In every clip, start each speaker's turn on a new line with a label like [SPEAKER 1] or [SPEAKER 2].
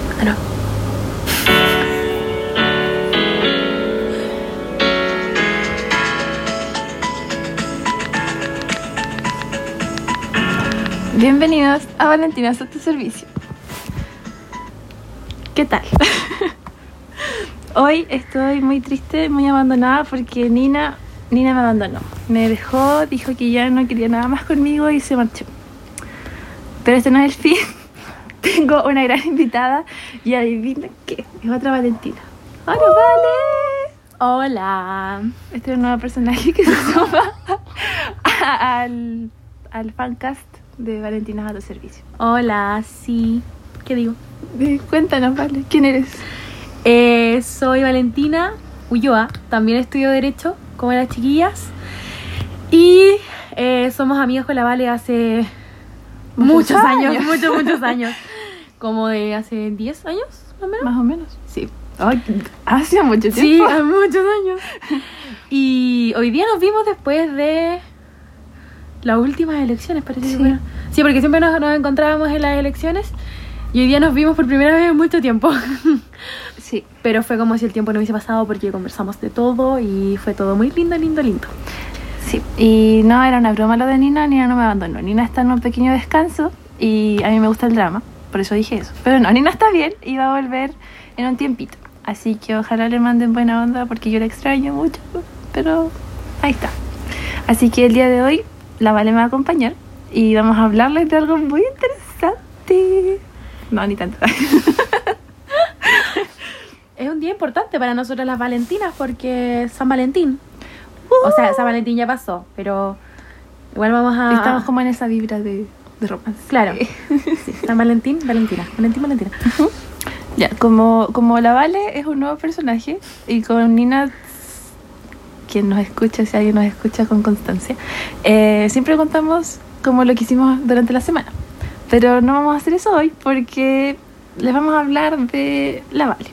[SPEAKER 1] Alejandro. Bienvenidos a Valentinas a tu servicio. ¿Qué tal? Hoy estoy muy triste, muy abandonada porque Nina, Nina me abandonó. Me dejó, dijo que ya no quería nada más conmigo y se marchó. Pero este no es el fin. Tengo una gran invitada y adivinen qué, es otra Valentina. ¡Hola, Vale!
[SPEAKER 2] Hola.
[SPEAKER 1] Este es un nuevo personaje que se suma a- al, al fancast de Valentina a tu servicio.
[SPEAKER 2] Hola, sí. ¿Qué digo?
[SPEAKER 1] Eh, Cuéntanos, Vale, ¿quién eres?
[SPEAKER 2] Eh, soy Valentina Ulloa, también estudio Derecho, como las chiquillas. Y eh, somos amigas con la Vale hace
[SPEAKER 1] Muchos
[SPEAKER 2] muchos años,
[SPEAKER 1] años.
[SPEAKER 2] muchos, muchos años. Como de hace 10 años, más o menos.
[SPEAKER 1] Más o menos. ah,
[SPEAKER 2] Sí,
[SPEAKER 1] Ay, hace mucho
[SPEAKER 2] sí,
[SPEAKER 1] tiempo.
[SPEAKER 2] hace muchos años. Y hoy día nos vimos después de las últimas elecciones, parece
[SPEAKER 1] Sí.
[SPEAKER 2] que fueron. Sí, porque siempre nos, nos encontrábamos en las elecciones y hoy día nos vimos por primera vez en mucho tiempo.
[SPEAKER 1] Sí.
[SPEAKER 2] Pero fue como si el tiempo no hubiese pasado porque conversamos de todo y fue todo muy lindo, lindo, lindo.
[SPEAKER 1] Sí, y no era una broma lo de Nina, Nina no me abandonó. Nina está en un pequeño descanso y a mí me gusta el drama, por eso dije eso. Pero no, Nina está bien y va a volver en un tiempito. Así que ojalá le manden buena onda porque yo la extraño mucho, pero ahí está. Así que el día de hoy la Vale me va a acompañar y vamos a hablarles de algo muy interesante. No, ni tanto.
[SPEAKER 2] Es un día importante para nosotros las Valentinas porque es San Valentín. O sea, San Valentín ya pasó, pero igual vamos a...
[SPEAKER 1] Estamos como en esa vibra de, de romance.
[SPEAKER 2] Ah. Claro. Sí, San Valentín, Valentina. Valentín, Valentina.
[SPEAKER 1] Ya, como, como la Vale es un nuevo personaje y con Nina, quien nos escucha, si alguien nos escucha con constancia, eh, siempre contamos como lo que hicimos durante la semana. Pero no vamos a hacer eso hoy porque les vamos a hablar de la Vale.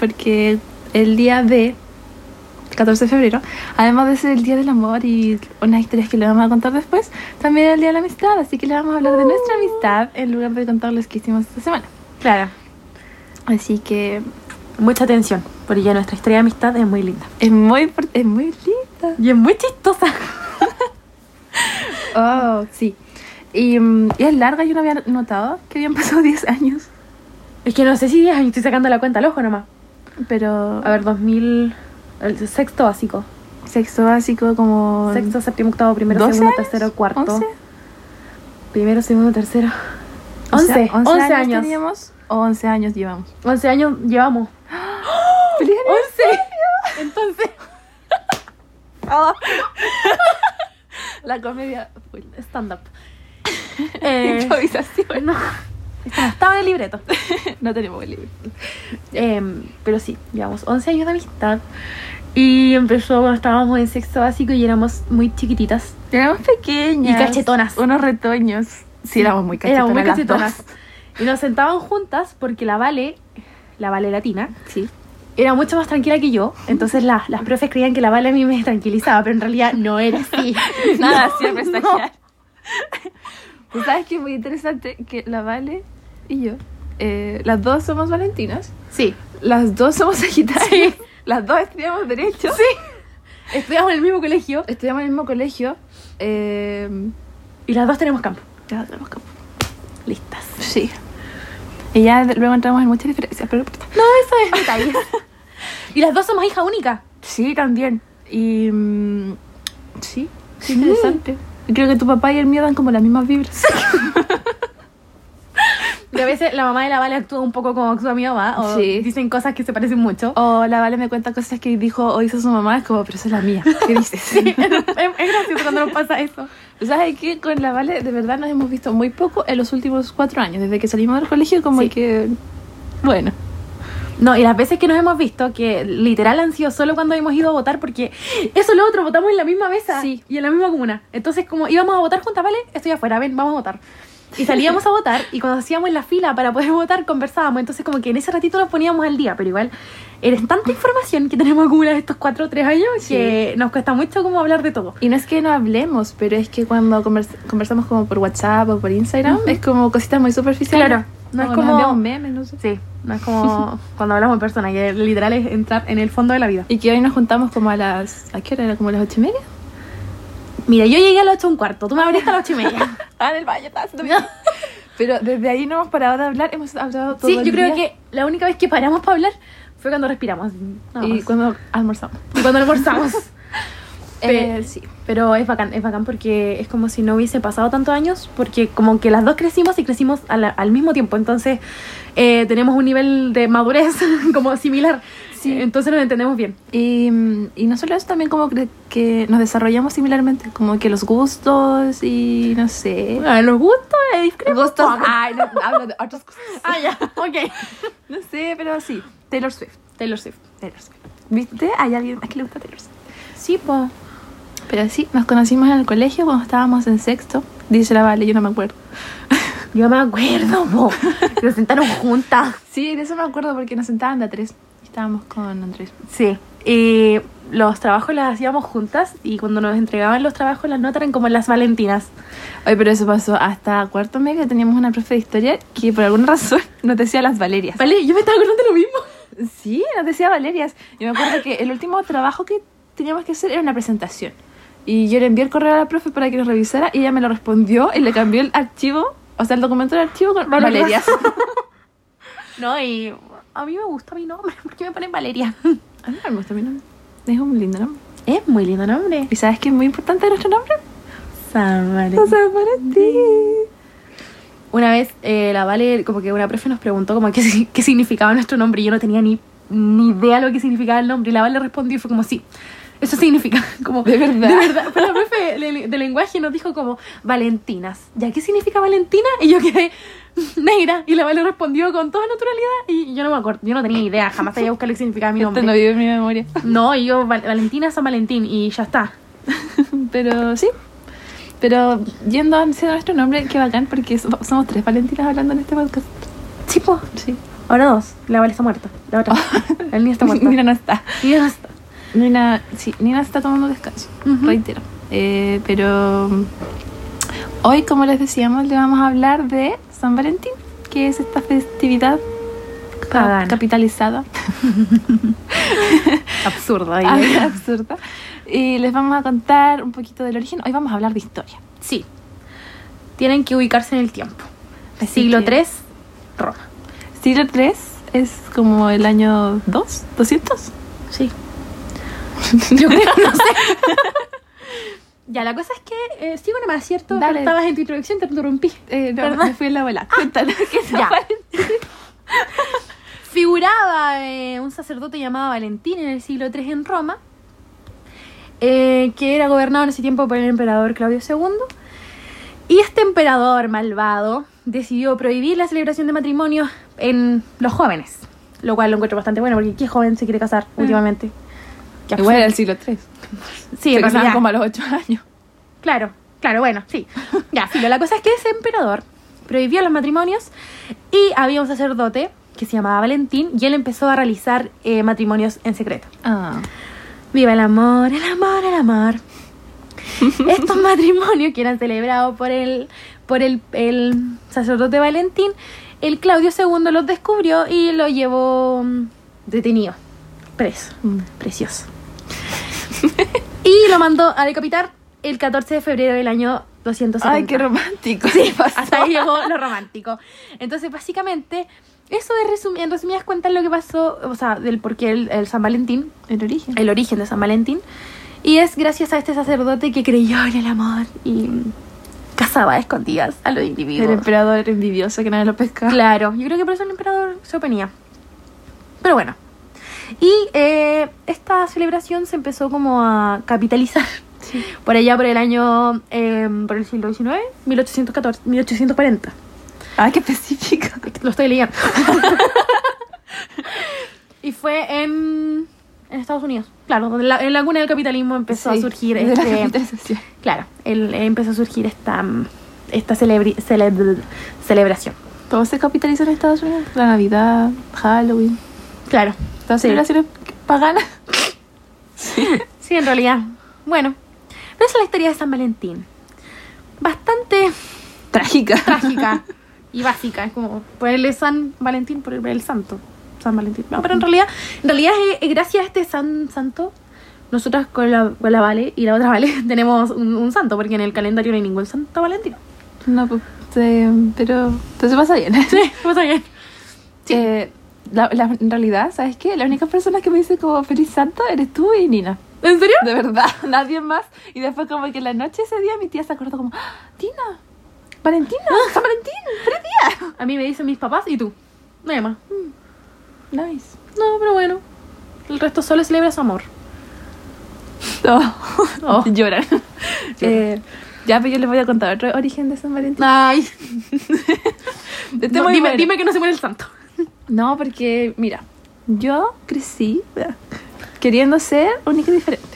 [SPEAKER 1] Porque el día de 14 de febrero, además de ser el Día del Amor y unas historias que les vamos a contar después, también es el Día de la Amistad. Así que les vamos a hablar de nuestra amistad en lugar de contarles qué hicimos esta semana.
[SPEAKER 2] Claro.
[SPEAKER 1] Así que
[SPEAKER 2] Mucha atención, porque ya nuestra historia de amistad es muy linda.
[SPEAKER 1] es muy, por- es muy linda.
[SPEAKER 2] Y es muy chistosa.
[SPEAKER 1] Oh, sí. Y, mm, y es larga, yo no había notado que habían pasado 10 años.
[SPEAKER 2] Es que no sé si 10 años, estoy sacando la cuenta al ojo nomás.
[SPEAKER 1] Pero,
[SPEAKER 2] A ver, 2000... El sexto básico.
[SPEAKER 1] sexo básico como...
[SPEAKER 2] Sexto, séptimo, octavo, primero,
[SPEAKER 1] 12
[SPEAKER 2] segundo,
[SPEAKER 1] años,
[SPEAKER 2] tercero, cuarto.
[SPEAKER 1] 11.
[SPEAKER 2] Primero, segundo, tercero.
[SPEAKER 1] O sea,
[SPEAKER 2] 11, 11 años.
[SPEAKER 1] teníamos o 11 años llevamos.
[SPEAKER 2] 11 años llevamos.
[SPEAKER 1] ¡Feliz año!
[SPEAKER 2] 11. Entonces,
[SPEAKER 1] Oh, La comedia full.
[SPEAKER 2] stand up.
[SPEAKER 1] Eh.
[SPEAKER 2] Eh,
[SPEAKER 1] Improvisación.
[SPEAKER 2] no, estaba en el libreto.
[SPEAKER 1] No tenemos el libro.
[SPEAKER 2] Em, pero sí, llevamos 11 años de amistad. Y empezó cuando estábamos en sexto básico y éramos muy chiquititas.
[SPEAKER 1] Éramos pequeñas.
[SPEAKER 2] Y cachetonas.
[SPEAKER 1] Unos retoños. Sí, éramos muy cachetonas.
[SPEAKER 2] Éramos muy
[SPEAKER 1] las
[SPEAKER 2] cachetonas.
[SPEAKER 1] dos.
[SPEAKER 2] Y nos sentaban juntas porque la Vale, la Vale latina,
[SPEAKER 1] Sí.
[SPEAKER 2] era mucho más tranquila que yo. Entonces la- las profes creían que la Vale a mí me tranquilizaba, pero en realidad no era así.
[SPEAKER 1] Nada,
[SPEAKER 2] No,
[SPEAKER 1] siempre está
[SPEAKER 2] no.
[SPEAKER 1] genial. Pues, ¿Sabes qué es muy interesante? Que la Vale y yo, eh, las dos somos valentinas,
[SPEAKER 2] Sí.
[SPEAKER 1] las dos somos sagitarias,
[SPEAKER 2] Sí.
[SPEAKER 1] las dos estudiamos Derecho,
[SPEAKER 2] Sí. Estudiamos en el mismo colegio
[SPEAKER 1] estudiamos en el mismo colegio. eh,
[SPEAKER 2] y las dos tenemos campo.
[SPEAKER 1] ya tenemos como-
[SPEAKER 2] Listas.
[SPEAKER 1] sí. Y ya de- luego entramos en muchas diferencias, pero no importa.
[SPEAKER 2] No, eso es detalle. y las dos somos hija única.
[SPEAKER 1] Sí, también. Y. mm, sí, sí, interesante. Creo que tu papá y el mío dan como las mismas vibras.
[SPEAKER 2] Y a veces la mamá de la Vale actúa un poco como actúa mi mamá. O
[SPEAKER 1] Sí.
[SPEAKER 2] dicen cosas que se parecen mucho.
[SPEAKER 1] O la Vale me cuenta cosas que dijo o hizo su mamá, es como, pero esa es la mía. ¿Qué dices?
[SPEAKER 2] es, es gracioso cuando nos pasa eso.
[SPEAKER 1] ¿Sabes qué? Con la Vale, de verdad nos hemos visto muy poco en los últimos cuatro años. Desde que salimos del colegio, como
[SPEAKER 2] Sí.
[SPEAKER 1] que. Bueno.
[SPEAKER 2] No, y las veces que nos hemos visto, que literal han sido solo cuando hemos ido a votar, porque eso es lo otro, votamos en la misma mesa
[SPEAKER 1] Sí.
[SPEAKER 2] y en la misma comuna. Entonces, como íbamos a votar juntas, vale, estoy afuera, ven, vamos a votar. Y salíamos a votar y cuando hacíamos la fila para poder votar, conversábamos. Entonces, como que en ese ratito nos poníamos al día, pero igual eres tanta información que tenemos acumulada estos cuatro o tres años que nos cuesta mucho como hablar de todo.
[SPEAKER 1] Y no es que no hablemos, pero es que cuando convers- conversamos como por WhatsApp o por Instagram,
[SPEAKER 2] Ujú.
[SPEAKER 1] es como cositas muy superficiales.
[SPEAKER 2] Claro. No, es
[SPEAKER 1] nos enviamos
[SPEAKER 2] como.
[SPEAKER 1] memes, no sé.
[SPEAKER 2] Sí, no es como cuando hablamos en persona, que literal es entrar en el fondo de la vida.
[SPEAKER 1] Y que hoy nos juntamos como a las. ¿A qué hora era? ¿Como a las ocho y media?
[SPEAKER 2] Mira, yo llegué a las 8 un cuarto, tú me abriste a las 8 y media.
[SPEAKER 1] Ah, en el baño estaba haciendo pipí. Pero desde ahí no hemos parado de hablar, hemos hablado todo
[SPEAKER 2] sí,
[SPEAKER 1] el
[SPEAKER 2] yo
[SPEAKER 1] día.
[SPEAKER 2] creo que la única vez que paramos para hablar fue cuando respiramos. nada
[SPEAKER 1] Y
[SPEAKER 2] más.
[SPEAKER 1] cuando almorzamos.
[SPEAKER 2] y cuando almorzamos. Pe-
[SPEAKER 1] Eh, sí.
[SPEAKER 2] Pero es bacán, es bacán porque es como si no hubiese pasado tantos años, porque como que las dos crecimos y crecimos a la- al, mismo tiempo, entonces eh, tenemos un nivel de madurez como similar,
[SPEAKER 1] Sí.
[SPEAKER 2] entonces nos entendemos bien.
[SPEAKER 1] Y, mm, y no solo eso, también como que, que nos desarrollamos similarmente, como que los gustos y no sé.
[SPEAKER 2] A los gustos eh, discrepan
[SPEAKER 1] Gustos,
[SPEAKER 2] un poco.
[SPEAKER 1] ay, no, hablo de otras cosas.
[SPEAKER 2] Ah, ya, ok.
[SPEAKER 1] No sé, pero sí, Taylor Swift.
[SPEAKER 2] Taylor Swift.
[SPEAKER 1] Taylor Swift. ¿Viste? Hay alguien más que le gusta Taylor Swift.
[SPEAKER 2] Sí, po.
[SPEAKER 1] Pero sí, nos conocimos en el colegio cuando estábamos en sexto. Dice la Vale, yo no me acuerdo.
[SPEAKER 2] Yo me acuerdo, po. Nos sentaron juntas.
[SPEAKER 1] Sí, de eso me acuerdo porque nos sentaban de a tres. Y estábamos con Andrés.
[SPEAKER 2] Sí. Y los trabajos los hacíamos juntas y cuando nos entregaban los trabajos las notas eran como las Valentinas.
[SPEAKER 1] Oye, pero eso pasó hasta cuarto medio que teníamos una profe de historia que por alguna razón nos decía las Valerias.
[SPEAKER 2] Vale, yo me estaba acordando de lo mismo.
[SPEAKER 1] Sí, nos decía Valerias. Y me acuerdo que el último trabajo que teníamos que hacer era una presentación. Y yo le envié el correo a la profe para que lo revisara y ella me lo respondió y le cambió el archivo, o sea, el documento del archivo con
[SPEAKER 2] Valeria.
[SPEAKER 1] Valerias.
[SPEAKER 2] No, y a mí me gusta mi nombre, porque me ponen Valeria.
[SPEAKER 1] A mí Ah, me gusta mi nombre. Es un lindo nombre.
[SPEAKER 2] Es muy lindo nombre.
[SPEAKER 1] ¿Y sabes qué es muy importante de nuestro nombre?
[SPEAKER 2] San Valen-
[SPEAKER 1] O sea, para ti.
[SPEAKER 2] Una vez eh, la Vale, como que una profe nos preguntó como qué, si- qué significaba nuestro nombre y yo no tenía ni, ni idea lo que significaba el nombre. Y la Vale respondió y fue como, sí, eso significa como...
[SPEAKER 1] De verdad.
[SPEAKER 2] De verdad. Fue la profe de, de lenguaje y nos dijo como, Valentinas. ¿Ya qué significa Valentina? Y yo quedé negra. Y la Vale respondió con toda naturalidad y yo no me acuerdo, yo no tenía ni idea, jamás había buscado lo que significaba mi
[SPEAKER 1] Esto Este no
[SPEAKER 2] nombre.
[SPEAKER 1] vive en mi memoria.
[SPEAKER 2] No, y yo, Val- Valentina San Valentín y ya está.
[SPEAKER 1] Pero sí. Pero yendo hacia nuestro nombre, qué bacán, porque so- somos tres Valentinas hablando en este podcast.
[SPEAKER 2] Sí, po.
[SPEAKER 1] Sí.
[SPEAKER 2] Ahora dos. La Vale está muerta. La otra. El niño está muerto.
[SPEAKER 1] Mira, no está.
[SPEAKER 2] Mira, no está.
[SPEAKER 1] Nina, sí, Nina está tomando descanso,
[SPEAKER 2] Ujú.
[SPEAKER 1] reitero. Eh, pero mm, hoy, como les decíamos, le vamos a hablar de San Valentín, que es esta festividad ca-
[SPEAKER 2] Pagana.
[SPEAKER 1] capitalizada,
[SPEAKER 2] Absurdo.
[SPEAKER 1] absurda. Y les vamos a contar un poquito del origen. Hoy vamos a hablar de historia.
[SPEAKER 2] Sí. Tienen que ubicarse en el tiempo.
[SPEAKER 1] Así
[SPEAKER 2] Siglo
[SPEAKER 1] que-
[SPEAKER 2] III, Roma.
[SPEAKER 1] Siglo III es como el año 2, 200.
[SPEAKER 2] Sí. Yo creo, no sé. ya, la cosa es que eh, sigo nomás, ¿cierto?
[SPEAKER 1] Dale.
[SPEAKER 2] Estabas en tu introducción, te interrumpí.
[SPEAKER 1] Eh, no,
[SPEAKER 2] ¿Verdad?
[SPEAKER 1] me fui en la bola. Cuéntanos qué es San
[SPEAKER 2] ya.
[SPEAKER 1] Valentín.
[SPEAKER 2] Figuraba eh, un sacerdote llamado Valentín en el siglo III en Roma, eh, que era gobernado en ese tiempo por el emperador Claudio II. Y este emperador malvado decidió prohibir la celebración de matrimonios en los jóvenes, lo cual lo encuentro bastante bueno porque ¿qué joven se quiere casar
[SPEAKER 1] Mm.
[SPEAKER 2] últimamente? Qué
[SPEAKER 1] Igual era el
[SPEAKER 2] absurdo.
[SPEAKER 1] siglo III.
[SPEAKER 2] sí,
[SPEAKER 1] Se
[SPEAKER 2] en
[SPEAKER 1] casaban
[SPEAKER 2] realidad.
[SPEAKER 1] como a los 8 años.
[SPEAKER 2] Claro, claro, bueno, sí. Ya, filo, la cosa es que ese emperador prohibió los matrimonios y había un sacerdote que se llamaba Valentín y él empezó a realizar eh, matrimonios en secreto.
[SPEAKER 1] Ah.
[SPEAKER 2] Viva el amor, el amor, el amor. Estos matrimonios que eran celebrados por el, por el, el sacerdote Valentín, el Claudio II los descubrió y lo llevó mm, detenido, preso.
[SPEAKER 1] mm.
[SPEAKER 2] Precioso. y lo mandó a decapitar el 14 de febrero del año 270.
[SPEAKER 1] Ay, qué romántico. Sí,
[SPEAKER 2] Hasta ahí llegó lo romántico. Entonces, básicamente, eso es resum- en resumidas cuentas lo que pasó, o sea, del por qué el, el San Valentín,
[SPEAKER 1] El origen.
[SPEAKER 2] el origen de San Valentín. Y es gracias a este sacerdote que creyó en el amor y mm, casaba a escondidas a los
[SPEAKER 1] El
[SPEAKER 2] individuos.
[SPEAKER 1] emperador envidioso que nadie lo pescaba.
[SPEAKER 2] Claro, yo creo que por eso el emperador se oponía. Pero bueno. Y eh, esta celebración se empezó como a capitalizar
[SPEAKER 1] Sí.
[SPEAKER 2] por allá por el año, eh, por el siglo XIX, 1814, 1840.
[SPEAKER 1] Ah, qué específico.
[SPEAKER 2] Lo estoy leyendo. y fue en, en Estados Unidos, claro, donde la- en la cuna del capitalismo empezó a
[SPEAKER 1] Sí,
[SPEAKER 2] surgir
[SPEAKER 1] de la
[SPEAKER 2] este,
[SPEAKER 1] capitalización.
[SPEAKER 2] claro, el- empezó a surgir esta, mm, esta celebri- celeb- celebración.
[SPEAKER 1] Todo se capitaliza en Estados Unidos. La Navidad, Halloween.
[SPEAKER 2] Claro.
[SPEAKER 1] Todas
[SPEAKER 2] Sí.
[SPEAKER 1] celebraciones paganas.
[SPEAKER 2] Sí, en realidad. Bueno, pero esa es la historia de San Valentín. Bastante
[SPEAKER 1] Trágica.
[SPEAKER 2] trágica y básica. Es como ponerle San Valentín por el santo. San Valentín. No, pero en realidad, en realidad es, es gracias a este san, santo, nosotras con la, con la Vale y la otra Vale tenemos un, un santo, porque en el calendario no hay ningún santo Valentín.
[SPEAKER 1] No, pues, eh, pero, pero se pasa bien.
[SPEAKER 2] Sí, pues bien. Sí.
[SPEAKER 1] Eh, la- la- en realidad, ¿sabes qué? La única persona que me dice como feliz santo eres tú y Nina.
[SPEAKER 2] ¿En serio?
[SPEAKER 1] De verdad, nadie más. Y después como que en la noche ese día mi tía se acordó como, "¡Ah, Tina, Valentina, San Valentín, feliz día.
[SPEAKER 2] A mí me dicen mis papás y tú. No hay más.
[SPEAKER 1] Nice.
[SPEAKER 2] No, pero bueno. El resto solo celebra su amor.
[SPEAKER 1] Oh.
[SPEAKER 2] Oh.
[SPEAKER 1] Lloran. Eh, ya, pero yo les voy a contar otro origen de San Valentín.
[SPEAKER 2] Ay.
[SPEAKER 1] Este
[SPEAKER 2] No,
[SPEAKER 1] muy
[SPEAKER 2] dime,
[SPEAKER 1] bueno.
[SPEAKER 2] dime que no se muere el santo.
[SPEAKER 1] No, porque, mira, yo crecí queriendo ser única y diferente.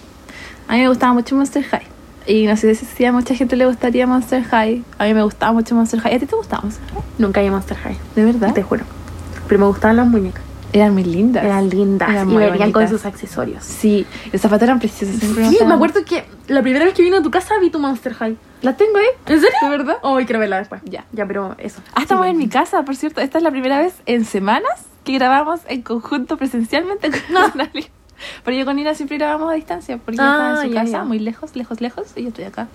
[SPEAKER 1] A mí me gustaba mucho Monster High. Y no sé si a mucha gente le gustaría Monster High. A mí me gustaba mucho Monster High. ¿A ti te gustaba Monster High?
[SPEAKER 2] Nunca hay Monster High.
[SPEAKER 1] De verdad.
[SPEAKER 2] Te juro. Pero me gustaban las muñecas.
[SPEAKER 1] Eran muy lindas.
[SPEAKER 2] Eran lindas.
[SPEAKER 1] Eran
[SPEAKER 2] y
[SPEAKER 1] muy
[SPEAKER 2] venían con
[SPEAKER 1] bonitas.
[SPEAKER 2] sus accesorios.
[SPEAKER 1] Sí, los zapatos eran preciosos. siempre
[SPEAKER 2] Sí, me
[SPEAKER 1] gustaban.
[SPEAKER 2] acuerdo que la primera vez que vine a tu casa vi tu Monster High. Oh,
[SPEAKER 1] La tengo ahí.
[SPEAKER 2] ¿En serio?
[SPEAKER 1] ¿De verdad?
[SPEAKER 2] Hoy quiero verla después.
[SPEAKER 1] Ya.
[SPEAKER 2] Ya, pero eso.
[SPEAKER 1] Ah, estamos
[SPEAKER 2] Sí.
[SPEAKER 1] en mi casa, por cierto. Esta es la primera vez en semanas que grabamos en conjunto presencialmente con alguien. Pero yo con Nina siempre grabamos a distancia, porque ella
[SPEAKER 2] Ah,
[SPEAKER 1] estaba en su
[SPEAKER 2] ya,
[SPEAKER 1] casa,
[SPEAKER 2] ya.
[SPEAKER 1] muy lejos, lejos, lejos, y yo estoy acá.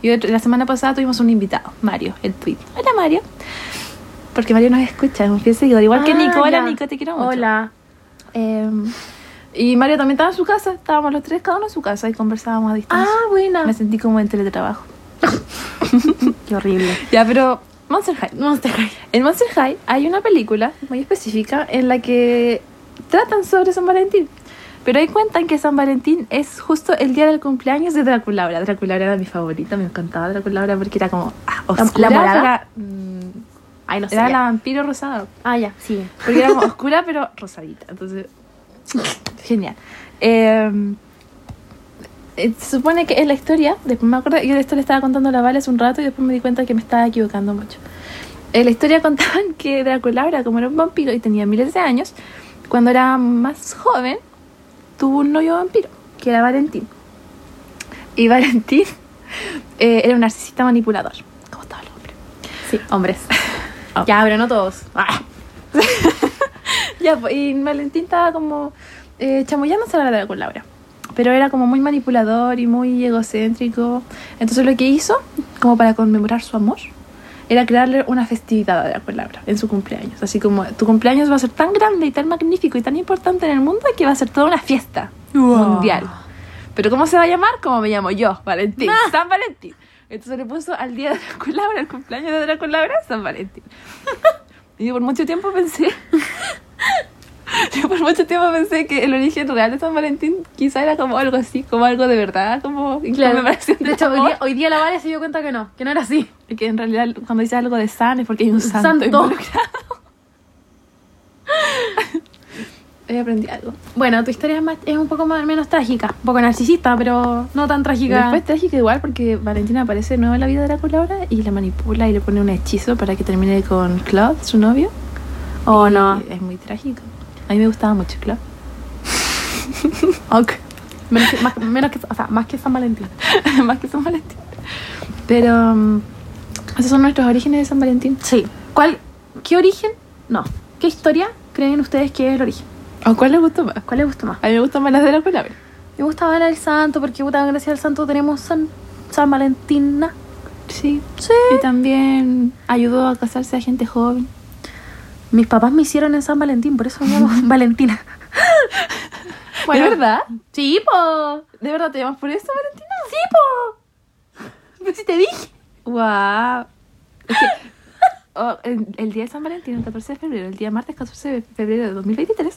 [SPEAKER 1] Y otro- la semana pasada tuvimos un invitado, Mario, el tweet. Hola, Mario. Porque Mario nos escucha, es un fiel seguidor. Igual que
[SPEAKER 2] Ah,
[SPEAKER 1] Nico. Hola,
[SPEAKER 2] ya.
[SPEAKER 1] Nico, te quiero mucho.
[SPEAKER 2] Hola.
[SPEAKER 1] Eh, y Mario también estaba en su casa, estábamos los tres cada uno en su casa y conversábamos a distancia.
[SPEAKER 2] Ah, buena.
[SPEAKER 1] Me sentí como en teletrabajo.
[SPEAKER 2] Qué horrible.
[SPEAKER 1] Ya, pero Monster High.
[SPEAKER 2] Monster High.
[SPEAKER 1] En Monster High hay una película muy específica en la que tratan sobre San Valentín. Pero ahí cuentan que San Valentín es justo el día del cumpleaños de Draculaura. Draculaura era mi favorita, me encantaba Draculaura porque era como ah,
[SPEAKER 2] ¿La- la
[SPEAKER 1] oscura.
[SPEAKER 2] morada?
[SPEAKER 1] era, mm,
[SPEAKER 2] Ay, no sé.
[SPEAKER 1] era
[SPEAKER 2] ya.
[SPEAKER 1] la vampiro rosada.
[SPEAKER 2] Ah, ya, sí.
[SPEAKER 1] Porque era como oscura pero rosadita. Entonces, genial. Eh, eh, se supone que en la historia, después me acuerdo, yo esto le estaba contando a la Vale hace un rato y después me di cuenta que me estaba equivocando mucho. En la historia contaban que Draculaura, como era un vampiro y tenía miles de años, cuando era más joven, tuvo un novio vampiro, que era Valentín. Y Valentín eh, era un narcisista manipulador. ¿Cómo estaba el hombre?
[SPEAKER 2] Sí, hombres. Oh.
[SPEAKER 1] Ah.
[SPEAKER 2] Ya, pero no todos. Ah.
[SPEAKER 1] Ya, pues, y Valentín estaba como eh, chamullándose a la Draculaura. Pero era como muy manipulador y muy egocéntrico. Entonces lo que hizo, como para conmemorar su amor, era crearle una festividad a Draculaura en su cumpleaños. Así como tu cumpleaños va a ser tan grande y tan magnífico y tan importante en el mundo que va a ser toda una fiesta
[SPEAKER 2] Wow.
[SPEAKER 1] mundial. Pero ¿cómo se va a llamar? Como me llamo yo, Valentín. San Valentín. Entonces le puso al día de Draculaura, el cumpleaños de Draculaura, San Valentín. Y yo por mucho tiempo pensé. Yo por mucho tiempo pensé que el origen real de San Valentín quizá era como algo así, como algo de verdad, como en conmemoración
[SPEAKER 2] De
[SPEAKER 1] del
[SPEAKER 2] hecho, hoy
[SPEAKER 1] amor.
[SPEAKER 2] día, hoy día la Vale se dio cuenta que no, que no era así.
[SPEAKER 1] Que en realidad cuando dice algo de San es porque hay un santo,
[SPEAKER 2] santo.
[SPEAKER 1] involucrado. Hoy aprendí algo.
[SPEAKER 2] Bueno, tu historia es, más- es un poco más, menos trágica. Un poco narcisista, pero no tan
[SPEAKER 1] Y
[SPEAKER 2] trágica.
[SPEAKER 1] después trágico igual porque Valentina aparece de nuevo en la vida de Draculaura y la manipula y le pone un hechizo para que termine con Claude, su novio.
[SPEAKER 2] Oh, no.
[SPEAKER 1] Y Es muy trágico. A mí me gustaba mucho Claude.
[SPEAKER 2] Ok. Menos que, más, menos que- o sea, más que San Valentín.
[SPEAKER 1] Más que San Valentín. Pero mm, esos son nuestros orígenes de San Valentín.
[SPEAKER 2] Sí. ¿Cuál, ¿Qué origen? No. ¿Qué historia creen ustedes que es el origen?
[SPEAKER 1] ¿O cuál les gustó más?
[SPEAKER 2] ¿Cuál les gustó más?
[SPEAKER 1] A mí me gustan más las de Draculaura.
[SPEAKER 2] Me gustaba la del santo porque puta, gracias al santo tenemos San, San Valentina.
[SPEAKER 1] Sí.
[SPEAKER 2] Sí.
[SPEAKER 1] Y también ayudó a casarse a gente joven.
[SPEAKER 2] Mis papás me hicieron en San Valentín, por eso me llamo Valentina. Bueno.
[SPEAKER 1] ¿De verdad?
[SPEAKER 2] Sí, po.
[SPEAKER 1] ¿De verdad te llamas por eso, Valentina?
[SPEAKER 2] Sí, po. Pero Pues si te dije.
[SPEAKER 1] ¡Wow! el, oh, el día de San Valentín, el 14 de febrero, el día martes 14 de febrero de 2023,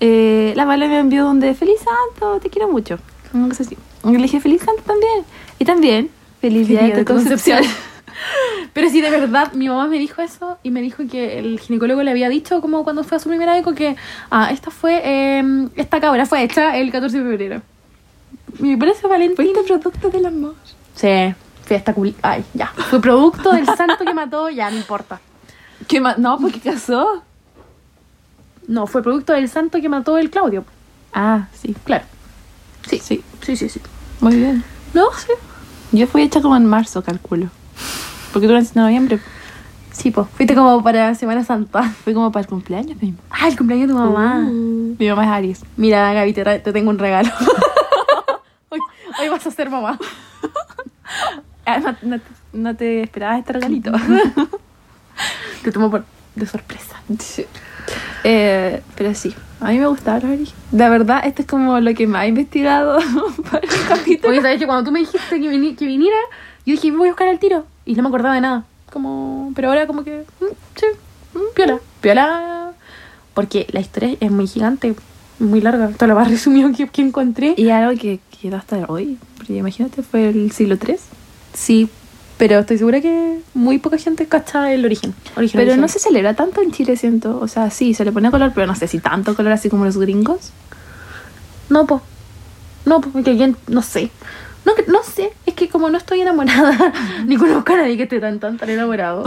[SPEAKER 1] eh, la Vale me envió un de Feliz Santo, te quiero mucho. Una cosa así. Y le dije Feliz Santo también. Y también, Feliz Día de tu Concepción.
[SPEAKER 2] Pero sí, de verdad, mi mamá me dijo eso y me dijo que el ginecólogo le había dicho, como cuando fue a su primera eco, que ah, esta fue, eh, esta cabra fue hecha el 14 de febrero. Mi precio Valentín.
[SPEAKER 1] Fuiste producto del amor.
[SPEAKER 2] Sí, fiesta culi. Ay, ya. Fue producto del santo que mató, ya, no importa.
[SPEAKER 1] ¿Qué más? No, porque casó.
[SPEAKER 2] No, fue producto del santo que mató el Claudio.
[SPEAKER 1] Ah, sí.
[SPEAKER 2] Claro.
[SPEAKER 1] Sí. Sí,
[SPEAKER 2] Sí, sí, sí.
[SPEAKER 1] muy bien.
[SPEAKER 2] No, sí.
[SPEAKER 1] Yo fui hecha como en marzo, calculo. Porque tú naciste en noviembre. Sí, po.
[SPEAKER 2] Fuiste como para Semana Santa.
[SPEAKER 1] Fue como para el cumpleaños mismo.
[SPEAKER 2] Ah, el cumpleaños de tu mamá.
[SPEAKER 1] Mi mamá es Aries.
[SPEAKER 2] Mira, Gaby, te, ra- te tengo un regalo. hoy, hoy vas a ser mamá.
[SPEAKER 1] Ah, no, no- no te esperabas este regalito.
[SPEAKER 2] Te tomo por de sorpresa.
[SPEAKER 1] Sí. Eh, pero sí, a mí me gustaba los Aries. La verdad, esto es como lo que más he investigado para el capítulo.
[SPEAKER 2] Oye, sabes que cuando tú me dijiste que, vini- que viniera, yo dije, voy a buscar el tiro. Y no me acordaba de nada. Como, pero ahora como que, mm, sí, mm, piola. Piola. Porque la historia es muy gigante, muy larga. Esto lo más resumido que, que encontré.
[SPEAKER 1] Y algo que quedó hasta hoy, porque imagínate, fue el siglo III.
[SPEAKER 2] Sí, pero estoy segura que muy poca gente cacha el origen. origen,
[SPEAKER 1] Pero
[SPEAKER 2] origen.
[SPEAKER 1] no se celebra tanto en Chile, siento. O sea, sí, se le pone color, pero no sé si tanto color así como los gringos.
[SPEAKER 2] No, po. No, po, porque alguien, no sé. No, que- no sé, es que como no estoy enamorada, ni conozco a nadie que esté tan, tan, tan enamorado.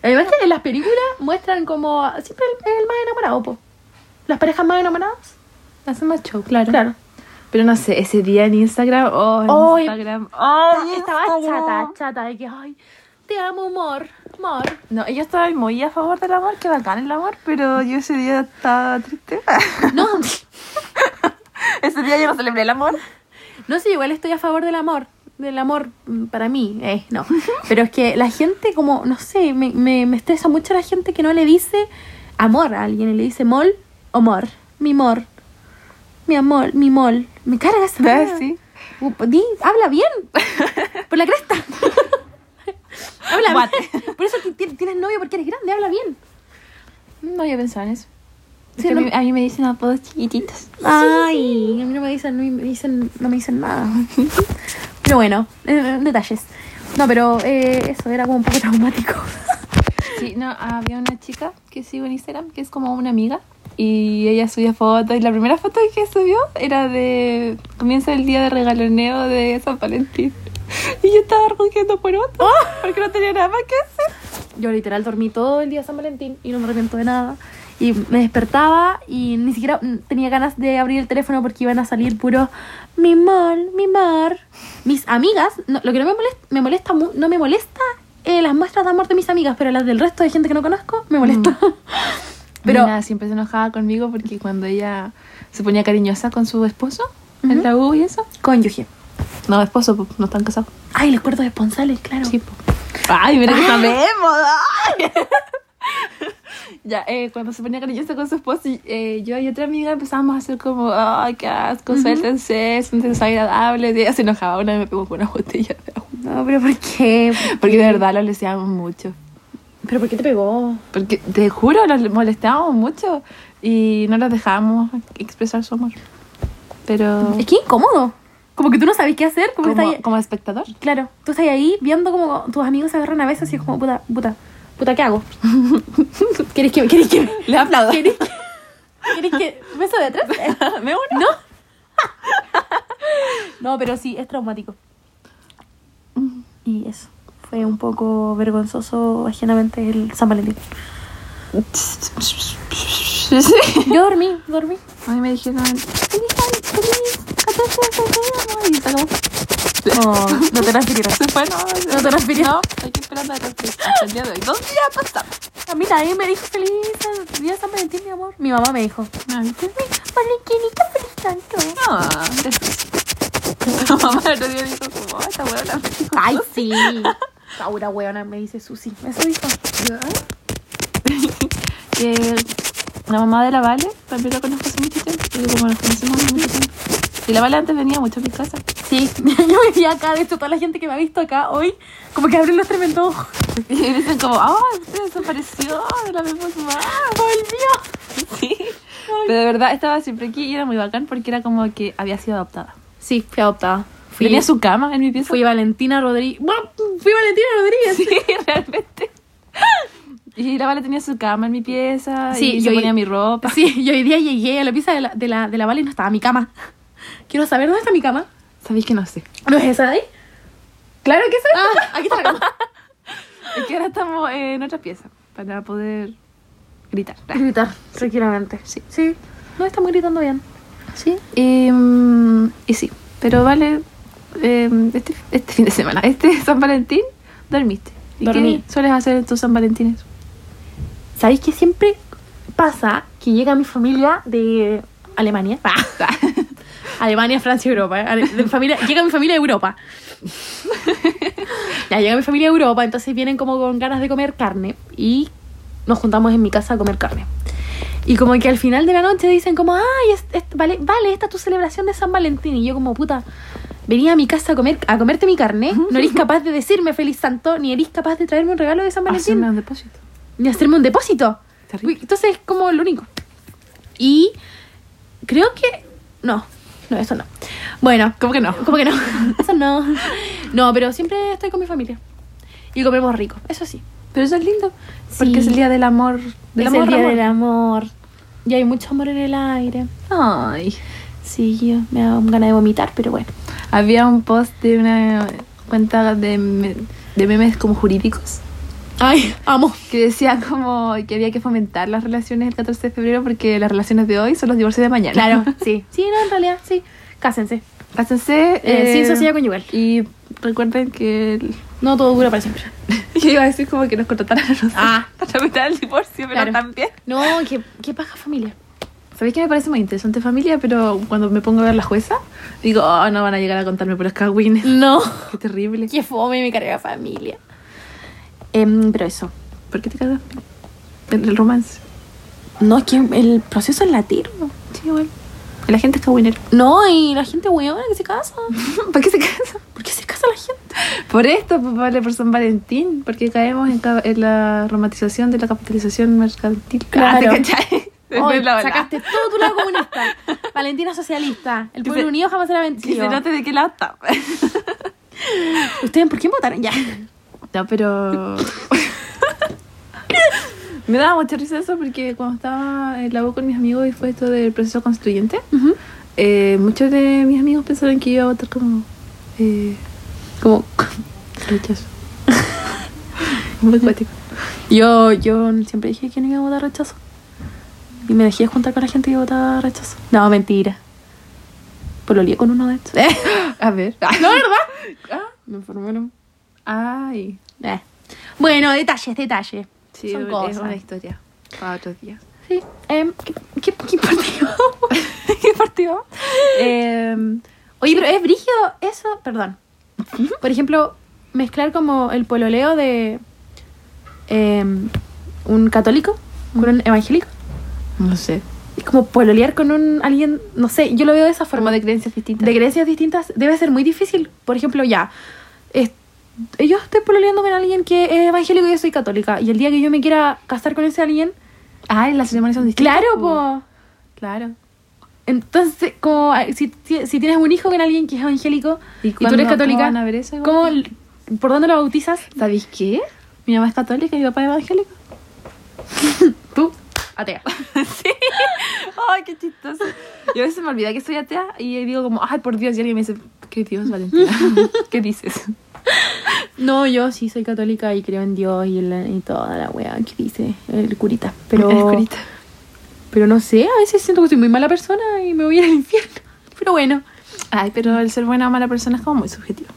[SPEAKER 2] Además que en las películas muestran como siempre el, el más enamorado, po. Las parejas más enamoradas.
[SPEAKER 1] Hacen más show, claro.
[SPEAKER 2] Claro.
[SPEAKER 1] Pero no sé, ese día en Instagram, oh, en
[SPEAKER 2] Oh,
[SPEAKER 1] Instagram.
[SPEAKER 2] Ay, estaba chata, chata de que, ay, te amo, amor, amor.
[SPEAKER 1] No, yo estaba muy a favor del amor, que bacán el amor, pero yo ese día estaba triste.
[SPEAKER 2] No,
[SPEAKER 1] ese día yo no celebré el amor.
[SPEAKER 2] no sé, igual estoy a favor del amor. Del amor mm, para mí, eh, no. Pero es que la gente, como, no sé, me, me, me estresa mucho la gente que no le dice amor a alguien y le dice mol o mor. Mi mor. Mi amor, mi mol. Me carga esa
[SPEAKER 1] Ah,
[SPEAKER 2] wea.
[SPEAKER 1] sí.
[SPEAKER 2] Uh, po- di, habla bien. Por la cresta. habla bien. Por eso ti- ti- tienes novio porque eres grande, habla bien.
[SPEAKER 1] No había pensado en eso.
[SPEAKER 2] Sí,
[SPEAKER 1] Es que a,
[SPEAKER 2] no-
[SPEAKER 1] mí, a mí me dicen apodos chiquititos.
[SPEAKER 2] Ay, a mí no me dicen, no me dicen, no me dicen nada. Pero bueno, eh, detalles. No, pero eh, eso era como un poco traumático.
[SPEAKER 1] Sí, no, había una chica que sigo en Instagram, que es como una amiga, y ella subía fotos, y la primera foto que subió era de comienza el día de regaloneo de San Valentín. Y yo estaba rugiendo por otro, porque no tenía nada más que hacer.
[SPEAKER 2] Yo literal dormí todo el día de San Valentín y no me arrepiento de nada. Y me despertaba y ni siquiera mm, tenía ganas de abrir el teléfono porque iban a salir puros mi mol, mi mar. Mis amigas, no, lo que no me molesta, me molesta mu- no me molesta eh, las muestras de amor de mis amigas, pero las del resto de gente que no conozco me molesta.
[SPEAKER 1] Pero
[SPEAKER 2] Pero-
[SPEAKER 1] nada, siempre se enojaba conmigo porque cuando ella se ponía cariñosa con su esposo, en
[SPEAKER 2] Ujú.
[SPEAKER 1] la U y eso.
[SPEAKER 2] Cónyuge.
[SPEAKER 1] No, esposo, po, no están casados.
[SPEAKER 2] Ay, los cuerdos esponsales, claro.
[SPEAKER 1] Sí, po. Ay, mira que
[SPEAKER 2] Ah.
[SPEAKER 1] sabemos. ay. ya, eh, cuando se ponía cariñosa con su esposo, y, eh, yo y otra amiga empezamos a hacer como, ay, qué asco, suéltense, son desagradables. Y ella se enojaba, una vez me pegó con una botella de agua.
[SPEAKER 2] No, pero ¿por qué?
[SPEAKER 1] Porque de verdad los deseábamos mucho.
[SPEAKER 2] ¿Pero por qué te pegó?
[SPEAKER 1] Porque te juro, los molestábamos mucho y no los dejábamos expresar su amor. Pero.
[SPEAKER 2] Es que incómodo. Como que tú no sabes qué hacer. Como, que estás
[SPEAKER 1] Como,
[SPEAKER 2] ahí-
[SPEAKER 1] como espectador.
[SPEAKER 2] Claro, tú estás ahí viendo como tus amigos se agarran a veces y es como, puta, puta, puta, ¿qué hago? ¿Querés que, querés que,
[SPEAKER 1] Le aplaudo.
[SPEAKER 2] querés que, querés que, beso de atrás?
[SPEAKER 1] ¿Me uno?
[SPEAKER 2] ¿No? No, pero sí, es traumático. Y eso, fue un poco vergonzoso ajenamente el San Valentín. Yo dormí, dormí.
[SPEAKER 1] A mí me dijeron, y se acabó.
[SPEAKER 2] No, no te transfirieron.
[SPEAKER 1] Se fue, no,
[SPEAKER 2] No te transfirieron.
[SPEAKER 1] No, estoy esperando a transferir hasta el día de hoy. Dos días pasados.
[SPEAKER 2] A mí nadie me dijo feliz día de San Valentín, mi amor. Mi mamá me dijo,
[SPEAKER 1] No, ¿viste?
[SPEAKER 2] Valentinita, feliz tanto.
[SPEAKER 1] No, tu mamá el otro día dijo como, "Ay, esta huevona me dijo".
[SPEAKER 2] Ay, sí. Laura, weona, me dice Susi. Eso dijo.
[SPEAKER 1] Que la mamá de la Vale, también la conozco hace mucho tiempo, porque como nos conocemos hace mucho tiempo. Y la Vale antes venía mucho a mi casa.
[SPEAKER 2] Sí, yo vivía acá. De hecho, toda la gente que me ha visto acá hoy, como que abren los tremendos ojos.
[SPEAKER 1] Y dicen como, ah, usted desapareció de la misma mamá.
[SPEAKER 2] ¡Oh, ¡Volvió!
[SPEAKER 1] Sí. Pero de verdad estaba siempre aquí y era muy bacán porque era como que había sido adoptada.
[SPEAKER 2] Sí, fui adoptada. Fui,
[SPEAKER 1] Tenía su cama en mi pieza.
[SPEAKER 2] fui Valentina Rodríguez. ¡Buah! Fui Valentina Rodríguez.
[SPEAKER 1] Sí, realmente. Y la Vale tenía su cama en mi pieza
[SPEAKER 2] Sí,
[SPEAKER 1] y
[SPEAKER 2] yo-
[SPEAKER 1] yo ponía mi ropa.
[SPEAKER 2] Sí, y hoy día llegué a la pieza de la, de la, de la Vale y no estaba mi cama. Quiero saber dónde está mi cama.
[SPEAKER 1] Sabéis que no sé.
[SPEAKER 2] ¿No es esa de ahí?
[SPEAKER 1] Claro que sé.
[SPEAKER 2] Ah, aquí está la cama.
[SPEAKER 1] Es que ahora estamos en otra pieza para poder gritar.
[SPEAKER 2] Gritar, tranquilamente. Sí. Sí. No estamos gritando bien.
[SPEAKER 1] Sí. Y, mm, y sí, em, pero Vale, eh, este, este fin de semana, este San Valentín, dormiste. ¿Y
[SPEAKER 2] Dormí.
[SPEAKER 1] qué sueles hacer en tus San Valentines?
[SPEAKER 2] ¿Sabéis que siempre pasa que llega mi familia de Alemania? Ah, Alemania, Francia, Europa. eh. Ale- de familia- llega mi familia de Europa. ya llega mi familia de Europa, entonces vienen como con ganas de comer carne y nos juntamos en mi casa a comer carne. Y como que al final de la noche dicen como, ay, es- es- vale, vale, esta es tu celebración de San Valentín. Y yo como, puta, venía a mi casa a, comer, a comerte mi carne, no eres capaz de decirme feliz santo, ni eres capaz de traerme un regalo de San Valentín
[SPEAKER 1] Hacerme un depósito.
[SPEAKER 2] ni hacerme un depósito.
[SPEAKER 1] Terrible.
[SPEAKER 2] Uy, Entonces es como lo único. Y creo que... No, no, eso no. Bueno,
[SPEAKER 1] ¿Cómo que no?
[SPEAKER 2] como que no, eso no. No, pero siempre estoy con mi familia. Y comemos rico, eso sí.
[SPEAKER 1] Pero eso es lindo.
[SPEAKER 2] Sí.
[SPEAKER 1] Porque es el día del amor. Del
[SPEAKER 2] Es
[SPEAKER 1] amor,
[SPEAKER 2] el día
[SPEAKER 1] amor.
[SPEAKER 2] del amor. Y hay mucho amor en el aire.
[SPEAKER 1] Ay.
[SPEAKER 2] Sí, yo- me da ganas de vomitar, pero bueno.
[SPEAKER 1] Había un post de una cuenta de, me- de memes como jurídicos
[SPEAKER 2] Ay, amo.
[SPEAKER 1] que decía como que había que fomentar las relaciones el 14 de febrero porque las relaciones de hoy son los divorcios de mañana.
[SPEAKER 2] Claro, sí. Sí, no, en realidad, sí. Cásense.
[SPEAKER 1] Cásense.
[SPEAKER 2] Eh, sin
[SPEAKER 1] eh,
[SPEAKER 2] sociedad conyugal.
[SPEAKER 1] Y recuerden que... el-
[SPEAKER 2] No todo dura para siempre.
[SPEAKER 1] Yo iba a decir como que nos contrataran a nosotros
[SPEAKER 2] Ah.
[SPEAKER 1] para tramitar el divorcio, pero
[SPEAKER 2] Claro.
[SPEAKER 1] también.
[SPEAKER 2] No, qué, qué paja familia.
[SPEAKER 1] ¿Sabéis que me parece muy interesante familia? Pero cuando me pongo a ver la jueza, digo, oh, no van a llegar a contarme por los cagüines.
[SPEAKER 2] No.
[SPEAKER 1] Qué terrible.
[SPEAKER 2] Qué fome mi carrera familia. Em, pero eso.
[SPEAKER 1] ¿Por qué te cagas? El, el romance.
[SPEAKER 2] No, es que el proceso es latino.
[SPEAKER 1] Sí, igual. La gente es cagüinera.
[SPEAKER 2] No, y la gente weona que se casa.
[SPEAKER 1] ¿Para qué se casa?
[SPEAKER 2] ¿Por qué se casa la gente?
[SPEAKER 1] Por esto, pues, vale, por San Valentín. Porque caemos en, ca- en la romantización de la capitalización mercantil.
[SPEAKER 2] Claro.
[SPEAKER 1] Ah, ¿te cachai?
[SPEAKER 2] Hoy
[SPEAKER 1] Después la- la-
[SPEAKER 2] sacaste todo tu lado comunista. Valentina socialista. El
[SPEAKER 1] Que
[SPEAKER 2] pueblo
[SPEAKER 1] se-
[SPEAKER 2] unido jamás será
[SPEAKER 1] Que
[SPEAKER 2] vencido.
[SPEAKER 1] se note de qué lado está.
[SPEAKER 2] ¿Ustedes por quién votaron ya?
[SPEAKER 1] No, pero. Me daba mucha risa eso porque cuando estaba en la U con mis amigos y fue esto del proceso constituyente, eh, muchos de mis amigos pensaron que iba a votar como. Eh, como. rechazo. Muy cuático.
[SPEAKER 2] Yo, yo siempre dije que no iba a votar rechazo. Y me dejé juntar con la gente que votaba rechazo. No, mentira. Por lo lié con uno de estos.
[SPEAKER 1] A ver.
[SPEAKER 2] No, ¿verdad?
[SPEAKER 1] Ah,
[SPEAKER 2] Me informaron.
[SPEAKER 1] Ay.
[SPEAKER 2] Eh. Bueno, detalles, detalles.
[SPEAKER 1] Sí,
[SPEAKER 2] Son
[SPEAKER 1] es
[SPEAKER 2] cosas.
[SPEAKER 1] una historia. Para otros días.
[SPEAKER 2] Sí. em, ¿qué, qué, qué partido? ¿Qué partido?
[SPEAKER 1] Eh,
[SPEAKER 2] Oye, pero es brígido eso. Perdón. Por ejemplo, mezclar como el pololeo de em, un católico con un evangélico.
[SPEAKER 1] no sé.
[SPEAKER 2] Es como pololear con un alguien, no sé, yo lo veo de esa forma.
[SPEAKER 1] Forma de creencias distintas.
[SPEAKER 2] de creencias distintas debe ser muy difícil. Por ejemplo, ya, es- yo estoy pololeando con alguien que es evangélico y yo soy católica. Y el día que yo me quiera casar con ese alguien,
[SPEAKER 1] Ay, las ceremonias son distintas.
[SPEAKER 2] claro,
[SPEAKER 1] po.
[SPEAKER 2] po.
[SPEAKER 1] Claro.
[SPEAKER 2] Entonces, como ah, si, si- si tienes un hijo con alguien que es evangélico y, tú
[SPEAKER 1] cuándo-
[SPEAKER 2] eres
[SPEAKER 1] cómo
[SPEAKER 2] católica,
[SPEAKER 1] van a ver eso igual?
[SPEAKER 2] ¿cómo l- ¿por dónde lo bautizas?
[SPEAKER 1] ¿Sabéis qué? Mi mamá es católica y mi papá es evangélico.
[SPEAKER 2] Tú, atea.
[SPEAKER 1] Ay, qué chistoso. Yo a veces me olvida que soy atea y digo como, ay, por Dios. Y alguien me dice, ¿qué Dios, Valentina? ¿Qué dices?
[SPEAKER 2] No, yo sí soy católica y creo en Dios y, en la- y toda la wea que dice el curita. Pero,
[SPEAKER 1] Eres curita.
[SPEAKER 2] pero no sé, a veces siento que soy muy mala persona y me voy al infierno. Pero bueno.
[SPEAKER 1] Ay, pero el ser buena o mala persona es como muy subjetivo.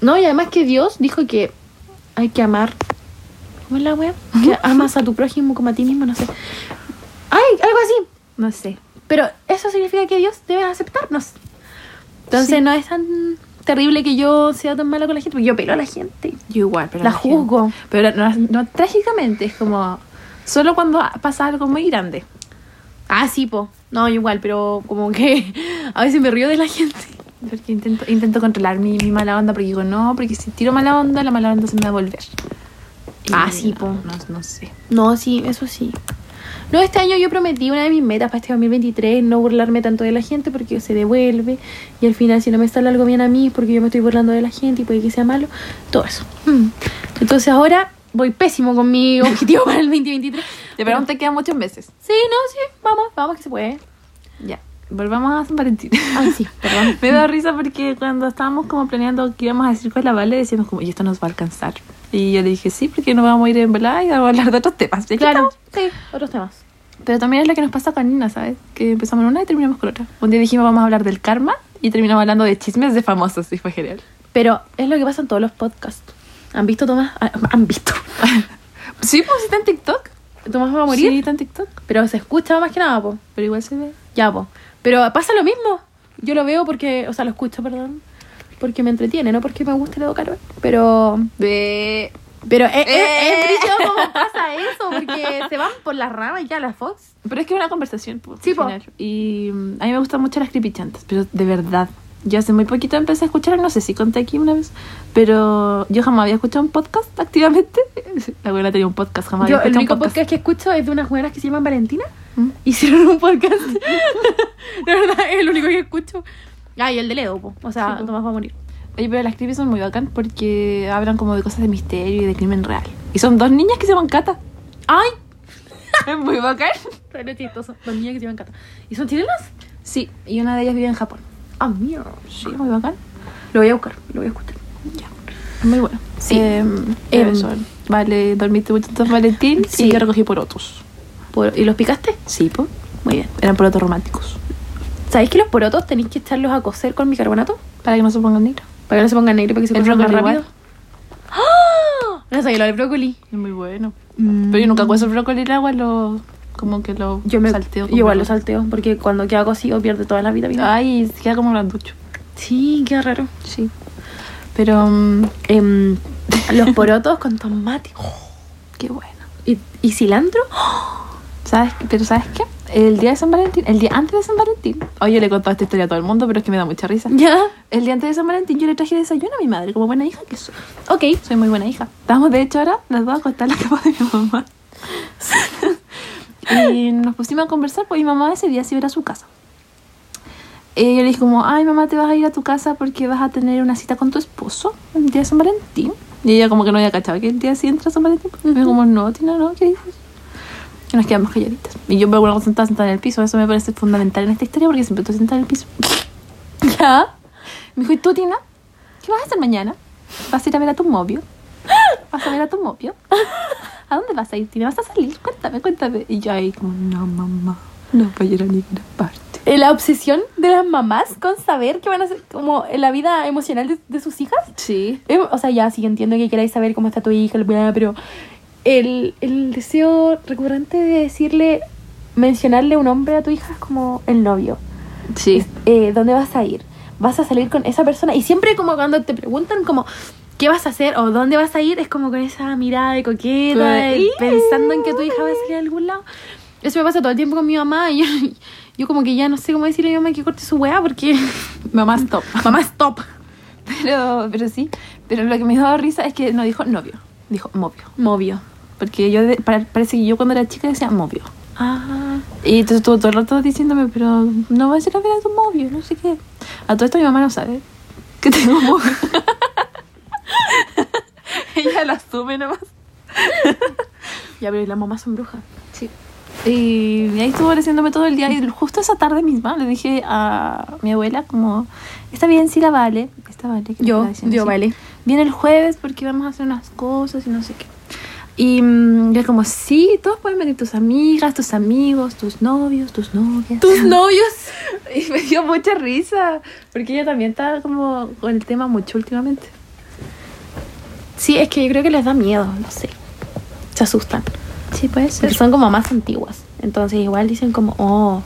[SPEAKER 2] No, y además que Dios dijo que hay que amar. ¿Cómo es la wea? Que amas a tu prójimo como a ti mismo, no sé. Ay, algo así.
[SPEAKER 1] No sé.
[SPEAKER 2] Pero eso significa que Dios debe aceptarnos. Entonces
[SPEAKER 1] Sí.
[SPEAKER 2] no es tan terrible que yo sea tan mala con la gente, porque yo pelo a la gente.
[SPEAKER 1] Yo igual, pero
[SPEAKER 2] La
[SPEAKER 1] gente-
[SPEAKER 2] juzgo.
[SPEAKER 1] Pero no, no trágicamente, es como solo cuando pasa algo muy grande.
[SPEAKER 2] Ah, sí, po. No, yo igual, pero como que a veces me río de la gente.
[SPEAKER 1] Porque intento, intento controlar mi, mi mala onda, porque digo, no, porque si tiro mala onda, la mala onda se me va a volver. Y
[SPEAKER 2] Ah, sí,
[SPEAKER 1] no,
[SPEAKER 2] po.
[SPEAKER 1] No, no sé.
[SPEAKER 2] No, sí, eso sí. No, este año yo prometí una de mis metas para este 2023, no burlarme tanto de la gente porque se devuelve y al final si no me sale algo bien a mí es porque yo me estoy burlando de la gente y puede que sea malo, todo eso. Mm. Entonces ahora voy pésimo con mi objetivo para el 2023.
[SPEAKER 1] Te pregunté, quedan muchos meses.
[SPEAKER 2] Sí, no, sí, vamos, vamos que se puede.
[SPEAKER 1] Ya, volvamos a San Valentín.
[SPEAKER 2] Ay, sí, perdón.
[SPEAKER 1] Me da risa porque cuando estábamos como planeando qué íbamos a decir con la Vale, decíamos como, y esto nos va a alcanzar. Y yo le dije, sí, porque no vamos a ir en volada y vamos a hablar de otros temas. Y aquí
[SPEAKER 2] Claro,
[SPEAKER 1] estamos.
[SPEAKER 2] sí, otros temas.
[SPEAKER 1] Pero también es lo que nos pasa con Nina, ¿sabes? Que empezamos en una y terminamos con otra. Un día dijimos, vamos a hablar del karma y terminamos hablando de chismes de famosos y fue genial.
[SPEAKER 2] Pero es lo que pasa en todos los podcasts. ¿Han visto, Tomás? Ah, ¿Han visto?
[SPEAKER 1] Sí, pues está en TikTok.
[SPEAKER 2] Tomás va a morir,
[SPEAKER 1] Sí, está en TikTok.
[SPEAKER 2] pero se escucha más que nada, po.
[SPEAKER 1] Pero igual se ve.
[SPEAKER 2] Ya, po. Pero pasa lo mismo. Yo lo veo porque, o sea, lo escucho, perdón, porque me entretiene, no porque me guste Edo Carol. Pero
[SPEAKER 1] Ve.
[SPEAKER 2] Pero es, es,
[SPEAKER 1] Eh.
[SPEAKER 2] es brígido cómo pasa eso, porque se van por las ramas ya las Fox.
[SPEAKER 1] Pero es que es una conversación. po,
[SPEAKER 2] Sí,
[SPEAKER 1] al
[SPEAKER 2] po.
[SPEAKER 1] final. Y mm, a mí me gustan mucho las creepychantas, pero de verdad. Yo hace muy poquito empecé a escuchar, no sé si conté aquí una vez, pero yo jamás había escuchado un podcast activamente. La abuela tenía un podcast, jamás
[SPEAKER 2] Yo,
[SPEAKER 1] había
[SPEAKER 2] el
[SPEAKER 1] escuchado
[SPEAKER 2] único
[SPEAKER 1] un podcast.
[SPEAKER 2] podcast que escucho es de unas buenas que se llaman Valentina.
[SPEAKER 1] Mm.
[SPEAKER 2] Hicieron un podcast. de verdad, es el único que escucho. Ah, y el de Ledo, po. o sea,
[SPEAKER 1] Sí, po.
[SPEAKER 2] Tomás va a morir.
[SPEAKER 1] Oye, pero las creepy son muy bacán porque hablan como de cosas de misterio y de crimen real. Y son dos niñas que se llaman Cata.
[SPEAKER 2] ¡Ay!
[SPEAKER 1] Es muy bacán.
[SPEAKER 2] Pero es chistoso. Los niños que se llaman Cata. ¿Y son chilenas?
[SPEAKER 1] Sí, y una de ellas vive en Japón.
[SPEAKER 2] ¡Ah, mío!
[SPEAKER 1] Sí, muy bacán.
[SPEAKER 2] Lo voy a buscar, lo voy a escuchar.
[SPEAKER 1] Es muy bueno.
[SPEAKER 2] Sí.
[SPEAKER 1] Eh,
[SPEAKER 2] Em.
[SPEAKER 1] eso. Vale, dormiste mucho en San Valentín
[SPEAKER 2] Sí.
[SPEAKER 1] y yo recogí porotos.
[SPEAKER 2] Por- ¿Y los picaste?
[SPEAKER 1] Sí, pues. Muy bien. Eran porotos románticos.
[SPEAKER 2] ¿Sabéis que los porotos tenéis que echarlos a cocer con bicarbonato?
[SPEAKER 1] Para que no se pongan negros.
[SPEAKER 2] Para que no se pongan negros, para que se
[SPEAKER 1] El
[SPEAKER 2] cozan más
[SPEAKER 1] brócoli
[SPEAKER 2] rápido.
[SPEAKER 1] igual.
[SPEAKER 2] ¡Ah! No sabía lo del brócoli.
[SPEAKER 1] Es muy bueno. Pero yo nunca cuezo el brócoli el agua, lo. Como que lo
[SPEAKER 2] Mm, Yo me
[SPEAKER 1] salteo.
[SPEAKER 2] yo
[SPEAKER 1] con
[SPEAKER 2] igual lo
[SPEAKER 1] brócoli.
[SPEAKER 2] salteo, porque cuando queda cocido pierde toda la vitamina.
[SPEAKER 1] Ay, se queda como blanducho.
[SPEAKER 2] Sí, qué raro.
[SPEAKER 1] Sí. Pero. mm,
[SPEAKER 2] Em, los porotos con tomate
[SPEAKER 1] qué bueno.
[SPEAKER 2] y, y cilantro.
[SPEAKER 1] ¿Sabes? qué? Pero ¿sabes qué? El día de San Valentín, el día antes de San Valentín. Hoy yo le he contado esta historia a todo el mundo, pero es que me da mucha risa.
[SPEAKER 2] Ya.
[SPEAKER 1] El día antes de San Valentín yo le traje desayuno a mi madre, como buena hija que soy.
[SPEAKER 2] Ok.
[SPEAKER 1] Soy muy buena hija. Estábamos de hecho ahora las dos acostadas en la cama de mi mamá. y nos pusimos a conversar porque mi mamá ese día se iba a ir a su casa. Y yo le dije como, ay mamá, te vas a ir a tu casa porque vas a tener una cita con tu esposo el día de San Valentín. Y ella como que no había cachado que el día sí entra San Valentín. Y yo como, no, Tina, no, ¿qué dices? Y nos quedamos calladitas. Y yo me acuerdo sentada, sentada en el piso. Eso me parece fundamental en esta historia porque siempre estoy sentada en el piso.
[SPEAKER 2] Ya.
[SPEAKER 1] Me dijo, ¿y tú, Tina? ¿Qué vas a hacer mañana? ¿Vas a ir a ver a tu novio? ¿Vas a ver a tu novio? ¿A dónde vas a ir, Tina? ¿Vas a salir? Cuéntame, cuéntame. Y yo ahí como, no, mamá, no voy a ir a ninguna parte.
[SPEAKER 2] Eh, La obsesión de las mamás con saber qué van a hacer, como en la vida emocional de, de sus hijas.
[SPEAKER 1] Sí.
[SPEAKER 2] Em, o sea, ya, sí, entiendo que queráis saber cómo está tu hija, la weá, pero el, el deseo recurrente de decirle, mencionarle un hombre a tu hija es como el novio.
[SPEAKER 1] Sí.
[SPEAKER 2] es, eh, ¿dónde vas a ir? ¿Vas a salir con esa persona? Y siempre como cuando te preguntan como, ¿qué vas a hacer? ¿O dónde vas a ir? Es como con esa mirada de coqueta,
[SPEAKER 1] Como,
[SPEAKER 2] el
[SPEAKER 1] "Ih".
[SPEAKER 2] pensando en que tu hija va a salir a algún lado. Eso me pasa todo el tiempo con mi mamá. Y yo, yo como que ya no sé cómo decirle a mi mamá que corte su weá porque...
[SPEAKER 1] Mamá, stop.
[SPEAKER 2] mamá, stop.
[SPEAKER 1] Pero, pero sí. Pero lo que me dio risa es que no dijo novio, dijo movio.
[SPEAKER 2] Movio.
[SPEAKER 1] Porque yo, de- pa- parece que yo cuando era chica decía movio.
[SPEAKER 2] Ah,
[SPEAKER 1] Y entonces estuvo todo el rato diciéndome, pero no vas a ir a ver a tu novio, no sé qué. A todo esto mi mamá no sabe que tengo novio. Ella lo asume nomás.
[SPEAKER 2] ya, pero las mamás son brujas.
[SPEAKER 1] Sí. Y ahí estuvo diciéndome todo el día. Y justo esa tarde misma le dije a mi abuela como, está bien, sí la vale. Está vale. que me
[SPEAKER 2] Yo,
[SPEAKER 1] estaba diciendo
[SPEAKER 2] yo
[SPEAKER 1] así.
[SPEAKER 2] vale.
[SPEAKER 1] Viene el jueves porque vamos a hacer unas cosas y no sé qué. Y mm, yo como, sí, todos pueden venir, tus amigas, tus amigos, tus novios, tus novias.
[SPEAKER 2] Tus novios.
[SPEAKER 1] Y me dio mucha risa, porque ella también está como con el tema mucho últimamente.
[SPEAKER 2] Sí, es que yo creo que les da miedo, no sé. Se asustan.
[SPEAKER 1] Sí, puede
[SPEAKER 2] Porque son como más antiguas. Entonces igual dicen como, oh,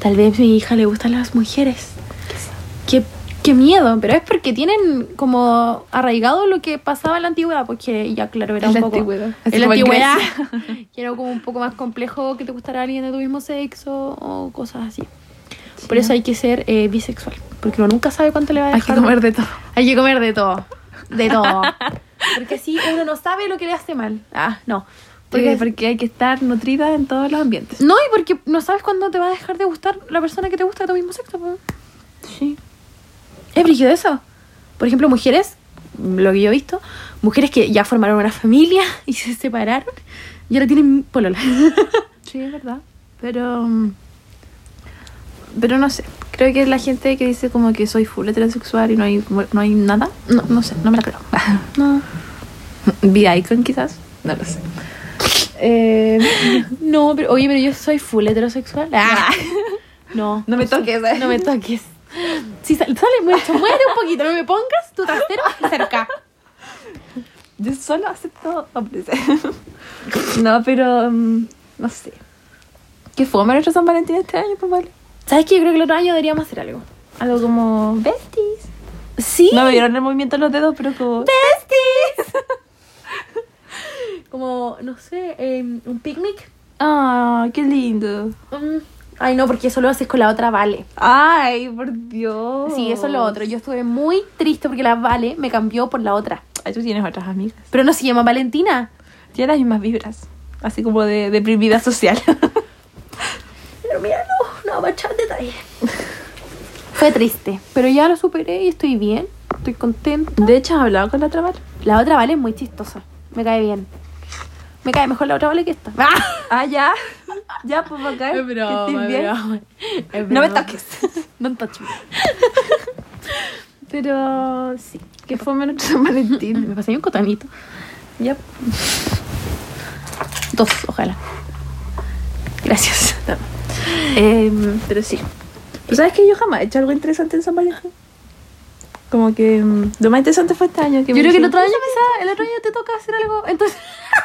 [SPEAKER 2] tal vez mi hija le gustan las mujeres. Qué, qué miedo, pero es porque tienen como arraigado lo que pasaba en la antigüedad, porque ya claro, era
[SPEAKER 1] En
[SPEAKER 2] un
[SPEAKER 1] la
[SPEAKER 2] poco...
[SPEAKER 1] antigüedad. Así
[SPEAKER 2] En la
[SPEAKER 1] como en
[SPEAKER 2] antigüedad. que era como un poco más complejo que te gustara alguien de tu mismo sexo o cosas así. Por eso hay que ser eh, bisexual, porque uno nunca sabe cuánto le va a
[SPEAKER 1] Hay que
[SPEAKER 2] dejar.
[SPEAKER 1] comer de todo.
[SPEAKER 2] Hay que comer de todo. De todo. Porque así uno no sabe lo que le hace mal. Ah, no.
[SPEAKER 1] Porque, porque hay que estar nutrida en todos los ambientes.
[SPEAKER 2] No, y porque no sabes cuándo te va a dejar de gustar la persona que te gusta de tu mismo sexo. po.
[SPEAKER 1] Sí.
[SPEAKER 2] Es brígido eso. Por ejemplo, mujeres, lo que yo he visto, mujeres que ya formaron una familia y se separaron y ahora tienen polola.
[SPEAKER 1] Sí, es verdad. Pero. mm, Pero no sé. Creo que la gente que dice como que soy full heterosexual y no hay, no hay nada. No, no sé, no me la creo.
[SPEAKER 2] No.
[SPEAKER 1] B-Icon quizás. No lo sé. Eh,
[SPEAKER 2] No, pero oye, pero yo soy full heterosexual. Ah. No.
[SPEAKER 1] No me toques, eh.
[SPEAKER 2] No me toques. Si sale, sale mucho, muévete un poquito, no me pongas tu trasero cerca.
[SPEAKER 1] Yo solo acepto hombres. no, pero. mm, no sé. ¿Qué fue nuestro San Valentín este año, pues vale?
[SPEAKER 2] ¿Sabes qué? Yo creo que el otro año deberíamos hacer algo.
[SPEAKER 1] Algo como. Besties.
[SPEAKER 2] Sí.
[SPEAKER 1] No me vieron el movimiento de los dedos, pero como.
[SPEAKER 2] besties. como, no sé, eh, un picnic.
[SPEAKER 1] ¡Ah, qué lindo!
[SPEAKER 2] Mm, Ay, no, porque eso lo haces con la otra Vale.
[SPEAKER 1] ¡Ay, por Dios!
[SPEAKER 2] Sí, eso es lo otro. Yo estuve muy triste porque la Vale me cambió por la otra.
[SPEAKER 1] Ay, tú tienes otras amigas.
[SPEAKER 2] Pero no se llama Valentina.
[SPEAKER 1] Tienes las mismas vibras. Así como de deprimida social.
[SPEAKER 2] Pero mira, no, no, va a echar detalle. Fue triste, pero ya lo superé y estoy bien. Estoy contenta.
[SPEAKER 1] de hecho, ¿has hablado con la otra Vale?
[SPEAKER 2] La otra Vale es muy chistosa. Me cae bien. Me cae mejor la otra Vale que esta.
[SPEAKER 1] Ah, ya. Ya, pues acá.
[SPEAKER 2] Es broma,
[SPEAKER 1] que estés bien.
[SPEAKER 2] es broma. Es
[SPEAKER 1] No me
[SPEAKER 2] broma.
[SPEAKER 1] toques.
[SPEAKER 2] No me toques. Pero sí.
[SPEAKER 1] Que fue menos San Valentín.
[SPEAKER 2] Me pasé un cotonito.
[SPEAKER 1] ya.
[SPEAKER 2] Dos, ojalá. Gracias.
[SPEAKER 1] Em, pero sí. Pero sabes que yo jamás he hecho algo interesante en San Valentín. Como que mm, lo más interesante fue este año. Que
[SPEAKER 2] Yo
[SPEAKER 1] me
[SPEAKER 2] creo que el
[SPEAKER 1] dijeron,
[SPEAKER 2] otro año quizá, el otro año te toca hacer algo, entonces...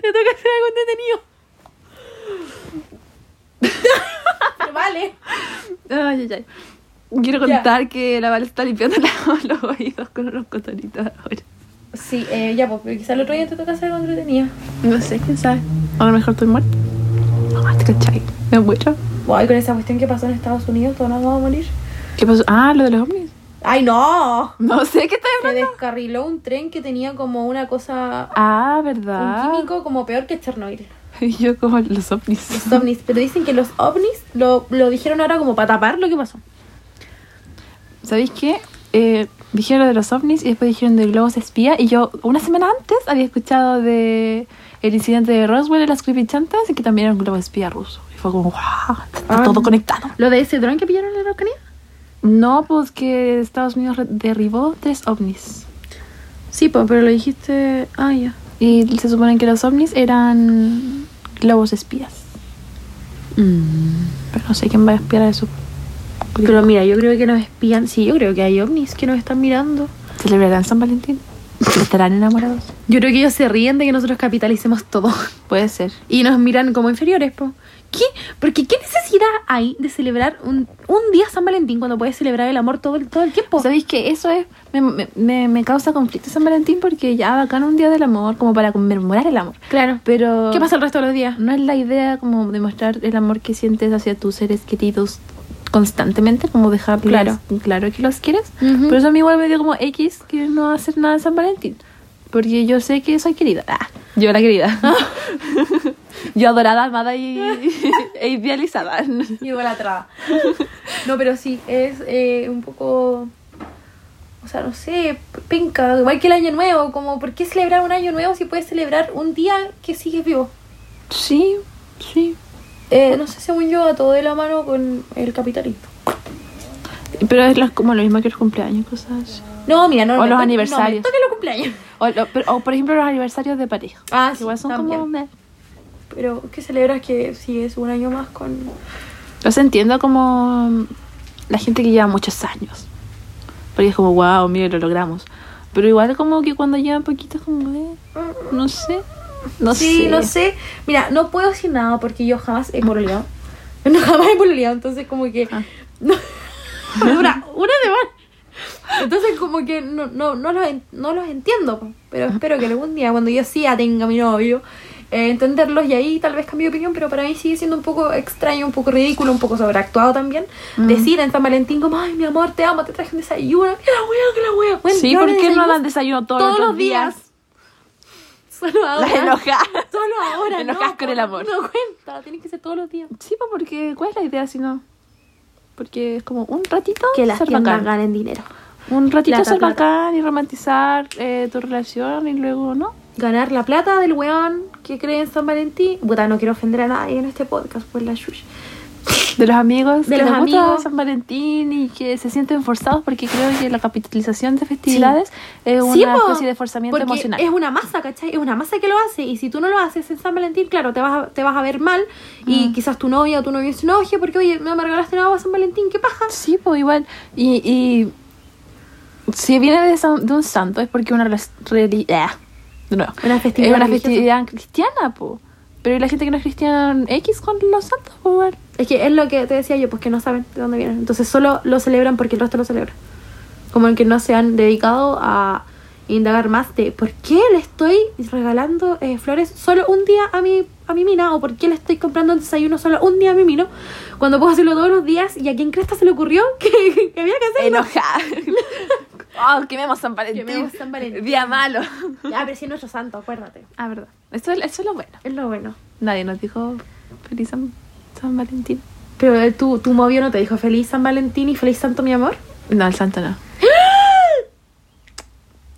[SPEAKER 2] te toca hacer algo entretenido. Pero vale.
[SPEAKER 1] Ay, ay, ay. Quiero
[SPEAKER 2] Ya.
[SPEAKER 1] contar que la Vale está limpiando la- los oídos con unos cotonitos ahora.
[SPEAKER 2] Sí, eh, ya, pues pero quizá el otro año te toca hacer algo entretenido.
[SPEAKER 1] No sé, quién sabe. A lo mejor estoy muerta. Ah, te cachai. Me muero.
[SPEAKER 2] Ay, con esa cuestión que pasó en Estados Unidos, todos nos vamos a morir.
[SPEAKER 1] ¿Qué pasó? Ah, lo de los ovnis.
[SPEAKER 2] ¡Ay, no!
[SPEAKER 1] No sé qué estoy
[SPEAKER 2] Se
[SPEAKER 1] hablando.
[SPEAKER 2] descarriló un tren que tenía como una cosa...
[SPEAKER 1] Ah,
[SPEAKER 2] Un
[SPEAKER 1] ¿verdad?
[SPEAKER 2] químico como peor que Chernobyl.
[SPEAKER 1] Y yo como los ovnis.
[SPEAKER 2] Los ovnis. Pero dicen que los ovnis lo, lo dijeron ahora como para tapar lo que pasó.
[SPEAKER 1] ¿Sabéis qué? Eh, dijeron lo de los ovnis y después dijeron de globos espía. Y yo, una semana antes, había escuchado de el incidente de Roswell en las creepychantas y que también era un globo espía ruso. Y fue como, ¡guau! Está
[SPEAKER 2] Ah.
[SPEAKER 1] todo conectado.
[SPEAKER 2] ¿Lo de ese dron que pillaron en la Araucanía?
[SPEAKER 1] No, pues que Estados Unidos re- derribó tres ovnis.
[SPEAKER 2] Sí, po, pero lo dijiste. Ah, ya.
[SPEAKER 1] Y se supone que los ovnis eran globos espías.
[SPEAKER 2] Mm.
[SPEAKER 1] Pero no sé quién va a espiar a eso.
[SPEAKER 2] Pero mira, yo creo que nos espían. Sí, yo creo que hay ovnis que nos están mirando.
[SPEAKER 1] ¿Celebrarán San Valentín? ¿Estarán enamorados?
[SPEAKER 2] Yo creo que ellos se ríen de que nosotros capitalicemos todo.
[SPEAKER 1] Puede ser.
[SPEAKER 2] Y nos miran como inferiores, po. ¿Qué? Porque ¿qué necesidad hay de celebrar un, un día San Valentín cuando puedes celebrar el amor todo el, todo el tiempo?
[SPEAKER 1] Pues, ¿Sabéis que eso es me, me- me, me causa conflicto San Valentín porque ya bacán un día del amor, como para conmemorar el amor.
[SPEAKER 2] Claro.
[SPEAKER 1] Pero
[SPEAKER 2] ¿Qué pasa el resto de los días?
[SPEAKER 1] no es la idea como demostrar el amor que sientes hacia tus seres queridos constantemente, como dejar
[SPEAKER 2] Claro.
[SPEAKER 1] claro que los quieres.
[SPEAKER 2] Ujú.
[SPEAKER 1] Por eso a mí igual me dio como X que no hacer nada en San Valentín. Porque yo sé que soy querida. Ah, yo la querida. yo adorada, amada y, e idealizada.
[SPEAKER 2] Llegó la traba. No, pero sí, es eh, un poco. O sea, no sé, penca. Igual que el año nuevo, como, ¿por qué celebrar un año nuevo si puedes celebrar un día que sigues vivo?
[SPEAKER 1] Sí, sí.
[SPEAKER 2] Eh, no sé, según yo, a todo de la mano con el capitalismo.
[SPEAKER 1] Pero es lo- como lo mismo que los cumpleaños, cosas así.
[SPEAKER 2] No, mira, no.
[SPEAKER 1] O
[SPEAKER 2] me
[SPEAKER 1] los
[SPEAKER 2] toque-
[SPEAKER 1] aniversarios.
[SPEAKER 2] No, me toque los cumpleaños.
[SPEAKER 1] O, lo- pero- o, por ejemplo los aniversarios de pareja.
[SPEAKER 2] Ah,
[SPEAKER 1] Que Igual son como... meh.
[SPEAKER 2] Pero, ¿qué celebras que sigues un año más con.
[SPEAKER 1] Los entiendo como mm, la gente que lleva muchos años. Porque es como, wow, mire, lo logramos. Pero igual como que cuando llevan poquitos como, eh, no sé. No
[SPEAKER 2] sí,
[SPEAKER 1] sé.
[SPEAKER 2] no sé. Mira, no puedo decir nada porque yo jamás he pololeado. No, jamás he pololeado, entonces como que...
[SPEAKER 1] Ah.
[SPEAKER 2] No. una, una de más. Entonces como que no, no, no, los, en- no los entiendo, po. pero espero que algún día, cuando yo sí ya tenga mi novio, eh, entenderlos y ahí tal vez cambie de opinión, pero para mí sigue siendo un poco extraño, un poco ridículo, un poco sobreactuado también. Decir en San Valentín como, ay, mi amor, te amo, te traje un desayuno, que la wea, que la wea. Bueno,
[SPEAKER 1] Sí,
[SPEAKER 2] yo
[SPEAKER 1] ¿por
[SPEAKER 2] ahora
[SPEAKER 1] qué no
[SPEAKER 2] desayuno
[SPEAKER 1] dan desayuno todos,
[SPEAKER 2] todos los días. Solo ahora.
[SPEAKER 1] Las enojas.
[SPEAKER 2] Solo ahora.
[SPEAKER 1] Te enojas
[SPEAKER 2] no, pues,
[SPEAKER 1] con el amor.
[SPEAKER 2] No cuenta, tienes que ser todos los días.
[SPEAKER 1] Sí, pues, porque ¿cuál es la idea si no? Porque es como un ratito
[SPEAKER 2] Que las
[SPEAKER 1] ser
[SPEAKER 2] tiendas
[SPEAKER 1] bacán.
[SPEAKER 2] ganen dinero.
[SPEAKER 1] Un ratito
[SPEAKER 2] Plata,
[SPEAKER 1] ser
[SPEAKER 2] plata.
[SPEAKER 1] bacán y romantizar eh, tu relación y luego, ¿no?
[SPEAKER 2] Ganar la plata del weón que cree en San Valentín. Puta, no quiero ofender a nadie en este podcast por la chucha.
[SPEAKER 1] De los amigos
[SPEAKER 2] De
[SPEAKER 1] que
[SPEAKER 2] los
[SPEAKER 1] les gusta
[SPEAKER 2] amigos.
[SPEAKER 1] San Valentín y que se sienten forzados porque creo que la capitalización de festividades es una
[SPEAKER 2] po,
[SPEAKER 1] especie de forzamiento
[SPEAKER 2] porque
[SPEAKER 1] emocional.
[SPEAKER 2] Es una masa, ¿cachai? Es una masa que lo hace. Y si tú no lo haces en San Valentín, claro, te vas a, te vas a ver mal. Y quizás tu novia o tu novio
[SPEAKER 1] pues,
[SPEAKER 2] se enoje porque, oye, no me regalaste nada para San Valentín, qué paja.
[SPEAKER 1] Sí, pues igual. Y, y si viene de, san- de un santo es porque una res- reli- ah, de nuevo.
[SPEAKER 2] Una festividad
[SPEAKER 1] Es una
[SPEAKER 2] religiosa.
[SPEAKER 1] festividad cristiana, po. Pero ¿y la gente que no es cristiana X con los santos, pues, po, weón?
[SPEAKER 2] Es que es lo que te decía yo, pues que no saben de dónde vienen. Entonces solo lo celebran porque el resto lo celebra. Como en que no se han dedicado a indagar más de por qué le estoy regalando eh, flores solo un día a mi, a mi mina o por qué le estoy comprando el desayuno solo un día a mi mino cuando puedo hacerlo todos los días y a quién cresta se le ocurrió que, que había que hacerlo.
[SPEAKER 1] Enojada. oh, quememos San Valentín.
[SPEAKER 2] Quememos San Valentín.
[SPEAKER 1] Día malo.
[SPEAKER 2] Ah, pero sí es nuestro santo, acuérdate.
[SPEAKER 1] Ah, verdad. Eso, es- eso es lo bueno.
[SPEAKER 2] Es lo bueno.
[SPEAKER 1] Nadie nos dijo feliz San, San Valentín.
[SPEAKER 2] Pero eh, tu, tu novio no te dijo feliz San Valentín y feliz santo mi amor.
[SPEAKER 1] No, el santo no.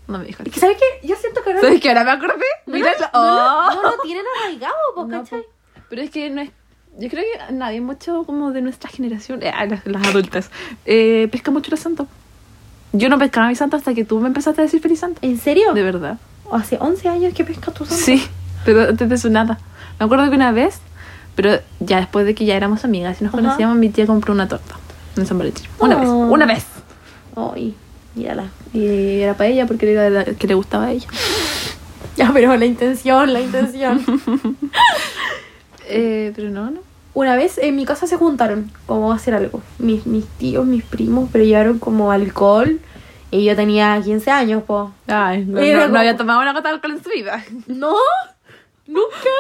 [SPEAKER 1] No me dijo.
[SPEAKER 2] ¡Ah! Es que, ¿sabes qué? Yo siento que ahora...
[SPEAKER 1] ¿Sabes qué ahora me acordé?
[SPEAKER 2] No,
[SPEAKER 1] Mira,
[SPEAKER 2] no,
[SPEAKER 1] oh.
[SPEAKER 2] no, no, no lo tienen arraigado, po,
[SPEAKER 1] No,
[SPEAKER 2] ¿cachai?
[SPEAKER 1] po. Pero es que no es. Yo creo que nadie mucho como de nuestra generación, eh, ah, las, las adultas, eh, pesca mucho los santos. Yo no pescaba mi santo hasta que tú me empezaste a decir feliz santo.
[SPEAKER 2] ¿En serio?
[SPEAKER 1] De verdad.
[SPEAKER 2] Hace 11 años que pescas tu santo.
[SPEAKER 1] Sí, pero antes de su nada. Me acuerdo que una vez, pero ya después de que ya éramos amigas y nos
[SPEAKER 2] Ajá.
[SPEAKER 1] conocíamos, mi tía compró una torta en San Valentín. Una
[SPEAKER 2] Oh.
[SPEAKER 1] vez, una vez.
[SPEAKER 2] Ay, mírala.
[SPEAKER 1] Y era para ella porque era la que le gustaba a ella.
[SPEAKER 2] Ya, pero la intención, la intención.
[SPEAKER 1] Eh, pero no, no.
[SPEAKER 2] Una vez en mi casa se juntaron como a hacer algo. Mis, mis tíos, mis primos, pero llevaron como alcohol. Y yo tenía 15 años, po.
[SPEAKER 1] Ay, no,
[SPEAKER 2] Era
[SPEAKER 1] no- no
[SPEAKER 2] como-
[SPEAKER 1] había tomado una gota de alcohol en su vida.
[SPEAKER 2] No, nunca.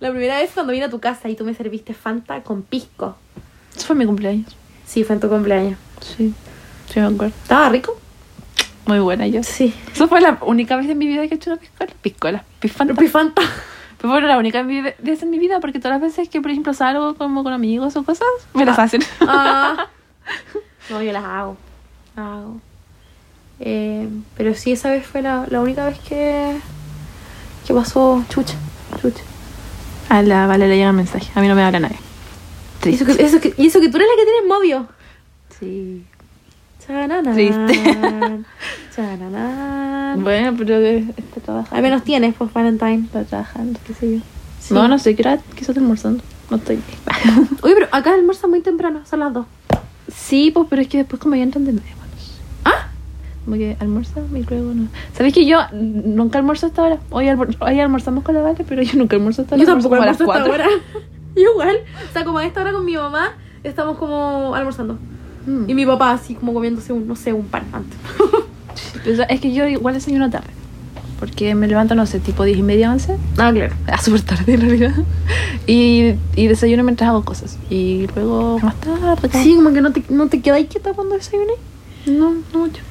[SPEAKER 2] La primera vez cuando vine a tu casa y tú me serviste Fanta con pisco.
[SPEAKER 1] Eso fue mi cumpleaños.
[SPEAKER 2] Sí, fue en tu cumpleaños.
[SPEAKER 1] Sí, sí me acuerdo.
[SPEAKER 2] ¿Estaba rico?
[SPEAKER 1] Muy buena yo.
[SPEAKER 2] Sí.
[SPEAKER 1] Eso fue la única vez en mi vida que he hecho una piscola. Piscola, pifanta.
[SPEAKER 2] Rompí Fanta.
[SPEAKER 1] Pero bueno, la única vi- vez en mi vida, porque todas las veces que, por ejemplo, salgo como con amigos o cosas, me las hacen.
[SPEAKER 2] Ah. No, yo las hago. Las hago. Eh, pero sí, esa vez fue la, la única vez que, que pasó chucha. chucha.
[SPEAKER 1] A la Vale le llega un mensaje. A mí no me habla nadie.
[SPEAKER 2] Y eso, que, eso que- y eso que tú eres la que tienes novio.
[SPEAKER 1] Sí.
[SPEAKER 2] Chananán,
[SPEAKER 1] Triste.
[SPEAKER 2] chananán.
[SPEAKER 1] Bueno, pero eh, está trabajando.
[SPEAKER 2] Al menos tienes, pues, Valentine.
[SPEAKER 1] está trabajando, qué sé yo.
[SPEAKER 2] Sí.
[SPEAKER 1] No, no sé, qué hora quizás está almorzando. No estoy.
[SPEAKER 2] Oye, pero acá almuerza muy temprano, son las dos.
[SPEAKER 1] sí, pues, pero es que después como ya entran de media, bueno, no sé.
[SPEAKER 2] ¿Ah?
[SPEAKER 1] Como que almorzamos y luego no. ¿Sabes que yo nunca almuerzo hasta ahora? Hoy, almor- hoy almorzamos con la Vale, pero yo nunca almuerzo hasta ahora.
[SPEAKER 2] Yo tampoco
[SPEAKER 1] como a las
[SPEAKER 2] almuerzo hasta
[SPEAKER 1] cuatro.
[SPEAKER 2] ahora. Yo igual. O sea, como a esta hora con mi mamá, estamos como almorzando.
[SPEAKER 1] Mm.
[SPEAKER 2] Y mi papá así como comiéndose un, no sé, un pan antes.
[SPEAKER 1] Pero, o sea, es que yo igual desayuno tarde. Porque me levanto, no sé, tipo 10 y media, 11.
[SPEAKER 2] Ah, claro.
[SPEAKER 1] Ah, súper tarde en realidad. Y, y desayuno mientras hago cosas. Y luego más tarde. como-
[SPEAKER 2] Sí, como que no te, no te quedáis quieta cuando desayuné.
[SPEAKER 1] No, no mucho.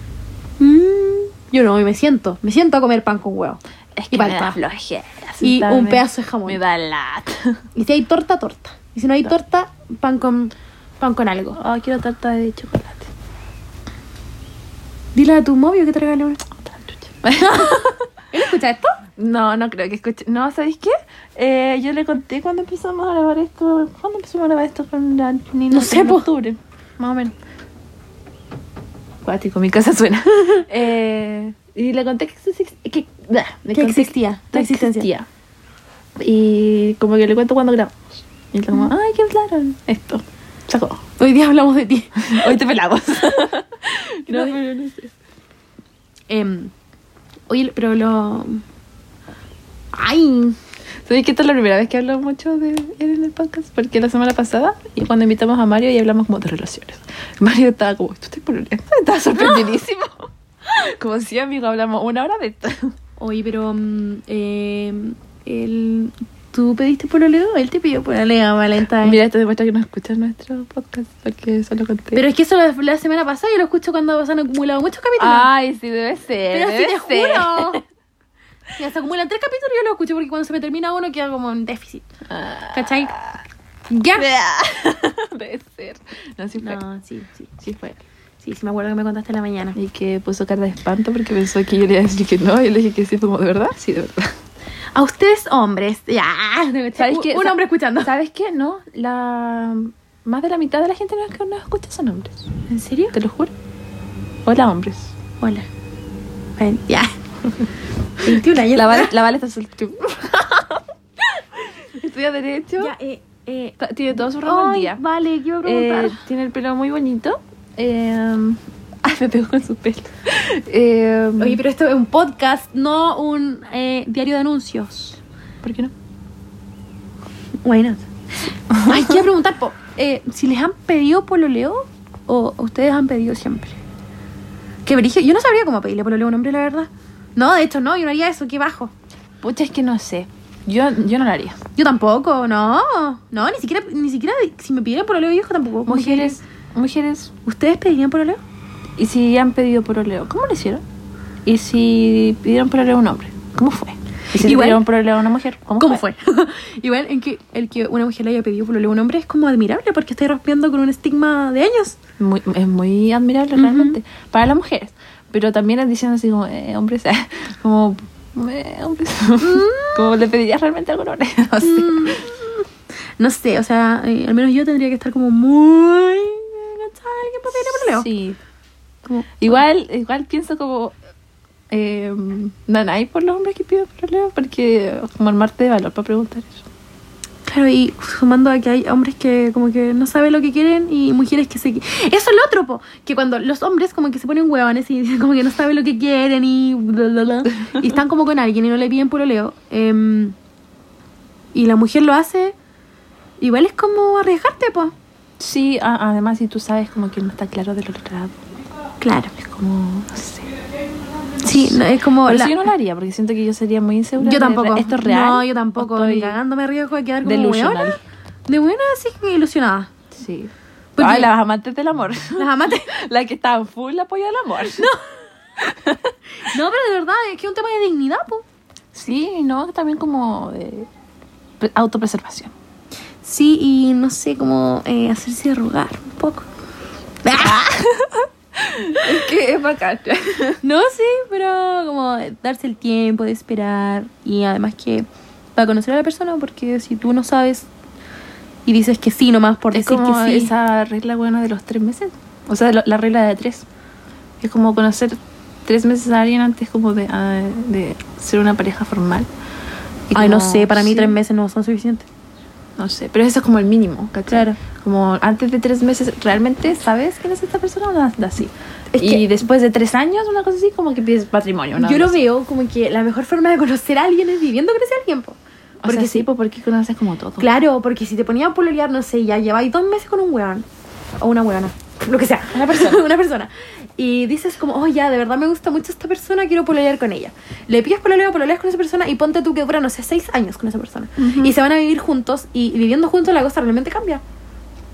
[SPEAKER 2] Yo no, y me siento. Me siento a comer pan con huevo.
[SPEAKER 1] Es
[SPEAKER 2] que me da
[SPEAKER 1] flojera.
[SPEAKER 2] Y un pedazo de jamón.
[SPEAKER 1] Me da lata.
[SPEAKER 2] Y si hay torta, torta. Y si no hay torta, pan con pan con algo.
[SPEAKER 1] Ah, quiero tarta de chocolate.
[SPEAKER 2] Dile a tu novio que te regale una.
[SPEAKER 1] Otra chucha.
[SPEAKER 2] ¿Él escucha esto?
[SPEAKER 1] No, no creo que escuche. No, ¿sabéis qué? Eh, yo le conté cuando empezamos a grabar esto. ¿Cuándo empezamos a grabar esto con la Nina?
[SPEAKER 2] No sé,
[SPEAKER 1] En
[SPEAKER 2] po.
[SPEAKER 1] octubre, más o menos. Cuático, mi casa suena. Eh, y le conté que, exis- que- blah, le
[SPEAKER 2] Que
[SPEAKER 1] conté
[SPEAKER 2] existía,
[SPEAKER 1] que
[SPEAKER 2] la existencia.
[SPEAKER 1] existía. Y como que le cuento cuando grabamos. Y él como, ay, ¿qué hablaron? Esto. Sacó.
[SPEAKER 2] Hoy día hablamos de ti.
[SPEAKER 1] Hoy te pelamos.
[SPEAKER 2] No,
[SPEAKER 1] pero no sé.
[SPEAKER 2] Em, oye, pero lo. Ay.
[SPEAKER 1] ¿Sabéis que esta es la primera vez que hablo mucho de él en el podcast? Porque la semana pasada, y cuando invitamos a Mario y hablamos como de relaciones, Mario estaba como, ¿tú estás pololeando?" Estaba sorprendidísimo. Como si, amigo, hablamos una hora de esto.
[SPEAKER 2] Oye, pero. mm, em, él- ¿Tú pediste pololeo? Él te pidió pololeo, Valentine.
[SPEAKER 1] Mira, esto demuestra que no escuchas nuestro podcast, porque eso lo conté.
[SPEAKER 2] Pero es que eso lo- la semana pasada yo lo escucho cuando se han acumulado muchos capítulos.
[SPEAKER 1] Ay, sí, debe ser.
[SPEAKER 2] Pero sí,
[SPEAKER 1] debe
[SPEAKER 2] te
[SPEAKER 1] ser.
[SPEAKER 2] juro. Ya se acumulan tres capítulos y yo lo escucho porque cuando se me termina uno queda como un déficit.
[SPEAKER 1] Ah.
[SPEAKER 2] ¿Cachai? Ya.
[SPEAKER 1] Debe ser. No, sí fue.
[SPEAKER 2] No, sí, sí.
[SPEAKER 1] Sí fue.
[SPEAKER 2] Sí, sí, me acuerdo que me contaste en la mañana.
[SPEAKER 1] Y que puso cara de espanto porque pensó que yo le iba a decir que no. Y le dije que sí, fue como, ¿de verdad? Sí, de verdad.
[SPEAKER 2] A ustedes, hombres. Ya.
[SPEAKER 1] ¿Sabes
[SPEAKER 2] Un-
[SPEAKER 1] qué?
[SPEAKER 2] Un
[SPEAKER 1] Sa-
[SPEAKER 2] hombre escuchando.
[SPEAKER 1] ¿Sabes qué? No, la más de la mitad de la gente no, no escucha son hombres.
[SPEAKER 2] ¿En serio?
[SPEAKER 1] Te lo juro. Hola, hombres.
[SPEAKER 2] Hola. Ven, ya. 21 años.
[SPEAKER 1] La Vale, la vale está soltera. Estudia Derecho.
[SPEAKER 2] Ya, eh, eh.
[SPEAKER 1] Ta- Tiene todo su
[SPEAKER 2] Ay,
[SPEAKER 1] rebeldía.
[SPEAKER 2] vale, quiero
[SPEAKER 1] Eh,
[SPEAKER 2] preguntar.
[SPEAKER 1] tiene el pelo muy bonito. Eh, ay, me pegó con su pelo. Eh,
[SPEAKER 2] Oye, pero esto es un podcast, no un eh, diario de anuncios.
[SPEAKER 1] ¿Por qué no?
[SPEAKER 2] Why not? Ay, quiero preguntar, po, eh, si les han pedido pololeo o ustedes han pedido siempre. Qué brillo. Yo no sabría cómo pedirle pololeo a un hombre, la verdad. No, de hecho, no, yo no haría eso, qué bajo.
[SPEAKER 1] Pucha, es que no sé. Yo, yo no lo haría.
[SPEAKER 2] Yo tampoco, no. No, ni siquiera, ni siquiera si me pidieran pololeo viejo tampoco. ¿Cómo
[SPEAKER 1] Mujeres, mujeres,
[SPEAKER 2] que- ¿Ustedes pedirían pololeo?
[SPEAKER 1] y si han pedido pololeo, ¿cómo lo hicieron? Y si pidieron pololeo a un hombre, ¿cómo fue? Y si
[SPEAKER 2] Igual-
[SPEAKER 1] pidieron pololeo a una mujer, ¿cómo,
[SPEAKER 2] ¿Cómo fue? Igual en que el que una mujer le haya pedido pololeo a un hombre es como admirable porque está rompiendo con un estigma de años.
[SPEAKER 1] Muy- es muy admirable
[SPEAKER 2] Ujú.
[SPEAKER 1] realmente para las mujeres. Pero también es diciendo así como, eh, hombres, eh, como, eh, hombres,
[SPEAKER 2] Mm.
[SPEAKER 1] como le pedirías realmente a algún hombre. No sé.
[SPEAKER 2] No sé, o sea, eh, al menos yo tendría que estar como muy enganchada a alguien para pedirle pololeo.
[SPEAKER 1] Sí.
[SPEAKER 2] Como-
[SPEAKER 1] Igual, igual pienso como eh, nanay por los hombres que piden pololeo, porque como armarte de valor para preguntar eso.
[SPEAKER 2] Claro, y sumando a que hay hombres que como que no saben lo que quieren y mujeres que se... Eso es lo otro, po, que cuando los hombres como que se ponen huevones y dicen como que no saben lo que quieren y... bla, bla, bla, y están como con alguien y no le piden pololeo. em, y la mujer lo hace, igual es como arriesgarte, po.
[SPEAKER 1] Sí, a- además si tú sabes como que no está claro del otro lado,
[SPEAKER 2] Claro.
[SPEAKER 1] es como, no sé.
[SPEAKER 2] Sí, no, es como...
[SPEAKER 1] Pero
[SPEAKER 2] la-
[SPEAKER 1] sí, yo no lo haría, porque siento que yo sería muy insegura.
[SPEAKER 2] Yo
[SPEAKER 1] de re-
[SPEAKER 2] tampoco.
[SPEAKER 1] ¿Esto es real?
[SPEAKER 2] No, yo tampoco.
[SPEAKER 1] ¿O
[SPEAKER 2] Ni
[SPEAKER 1] estoy-
[SPEAKER 2] cagándome riesgo de quedar como
[SPEAKER 1] delusional.
[SPEAKER 2] hueona. De buena, sí, ilusionada.
[SPEAKER 1] Sí.
[SPEAKER 2] Porque-
[SPEAKER 1] Ay, las amantes del amor.
[SPEAKER 2] Las amantes.
[SPEAKER 1] La que estaban full apoyo del amor. No.
[SPEAKER 2] No, pero de verdad, es que es un tema de dignidad, po.
[SPEAKER 1] Sí, no, también como de pre- autopreservación.
[SPEAKER 2] Sí, y no sé, como eh, hacerse rogar un poco.
[SPEAKER 1] Es que es bacán.
[SPEAKER 2] No, sí, pero como darse el tiempo de esperar y además que para conocer a la persona, porque si tú no sabes y dices que sí nomás por
[SPEAKER 1] es
[SPEAKER 2] decir
[SPEAKER 1] como
[SPEAKER 2] que sí.
[SPEAKER 1] esa regla buena de los tres meses. O sea, lo- la regla de tres. Es como conocer tres meses a alguien antes como de, ah, de ser una pareja formal. Y
[SPEAKER 2] Ay, no
[SPEAKER 1] como-
[SPEAKER 2] sé, para mí
[SPEAKER 1] sí,
[SPEAKER 2] tres meses no son suficientes.
[SPEAKER 1] No sé, pero eso es como el mínimo, ¿cachai?
[SPEAKER 2] Claro.
[SPEAKER 1] Como antes de tres meses, ¿realmente sabes quién es esta persona? Una onda así.
[SPEAKER 2] Es
[SPEAKER 1] y
[SPEAKER 2] que-
[SPEAKER 1] después de tres años, una cosa así, como que pides matrimonio. una
[SPEAKER 2] Yo
[SPEAKER 1] onda
[SPEAKER 2] lo
[SPEAKER 1] así.
[SPEAKER 2] veo como que la mejor forma de conocer a alguien es viviendo con ese alguien, po.
[SPEAKER 1] O
[SPEAKER 2] Porque
[SPEAKER 1] sea,
[SPEAKER 2] sí,
[SPEAKER 1] sí, pues porque conoces como todo.
[SPEAKER 2] Claro, porque si te ponían a pololear, no sé, ya lleváis dos meses con un weón. O una weona. Lo que sea.
[SPEAKER 1] Una persona.
[SPEAKER 2] una persona. Y dices como, oh, ya, de verdad me gusta mucho esta persona, quiero pololear con ella. Le pides pololeo, pololeas con esa persona y ponte tú que dura, no sé, seis años con esa persona.
[SPEAKER 1] Ujú.
[SPEAKER 2] Y se van a vivir juntos y viviendo juntos la cosa realmente cambia.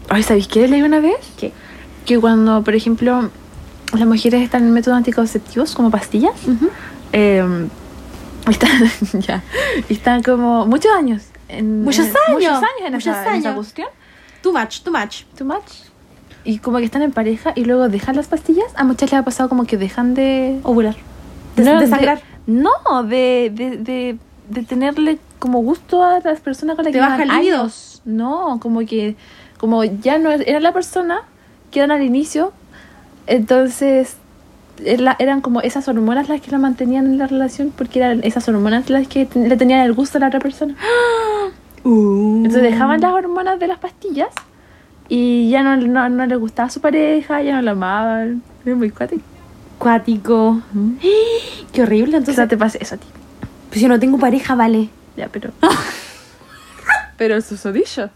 [SPEAKER 1] Ay, ¿sabéis qué leí una vez?
[SPEAKER 2] ¿Qué?
[SPEAKER 1] Que cuando, por ejemplo, las mujeres están en métodos anticonceptivos, como pastillas, eh, están, ya, están como muchos años. en-
[SPEAKER 2] Muchos
[SPEAKER 1] en-
[SPEAKER 2] años,
[SPEAKER 1] Muchos años en,
[SPEAKER 2] muchos
[SPEAKER 1] esa, en esa
[SPEAKER 2] años.
[SPEAKER 1] cuestión.
[SPEAKER 2] Too much, too much.
[SPEAKER 1] Too much. Y como que están en pareja y luego dejan las pastillas. A muchas les ha pasado como que dejan de...
[SPEAKER 2] Ovular. Des-
[SPEAKER 1] no,
[SPEAKER 2] desangrar.
[SPEAKER 1] no, de, de, de, de tenerle como gusto a las personas con las
[SPEAKER 2] Te
[SPEAKER 1] que
[SPEAKER 2] baja
[SPEAKER 1] llevan
[SPEAKER 2] el libido.
[SPEAKER 1] años. No, como que como ya no era la persona que eran al inicio, entonces era- eran como esas hormonas las que la mantenían en la relación porque eran esas hormonas las que ten- le tenían el gusto a la otra persona.
[SPEAKER 2] Uh.
[SPEAKER 1] Entonces dejaban las hormonas de las pastillas y ya no, no, no les gustaba su pareja, ya no la amaban. Es muy cuático.
[SPEAKER 2] Cuático. Qué horrible, entonces.
[SPEAKER 1] Quizá te pase eso a ti.
[SPEAKER 2] Pues yo no tengo pareja, vale.
[SPEAKER 1] Ya, pero. pero el susodicho.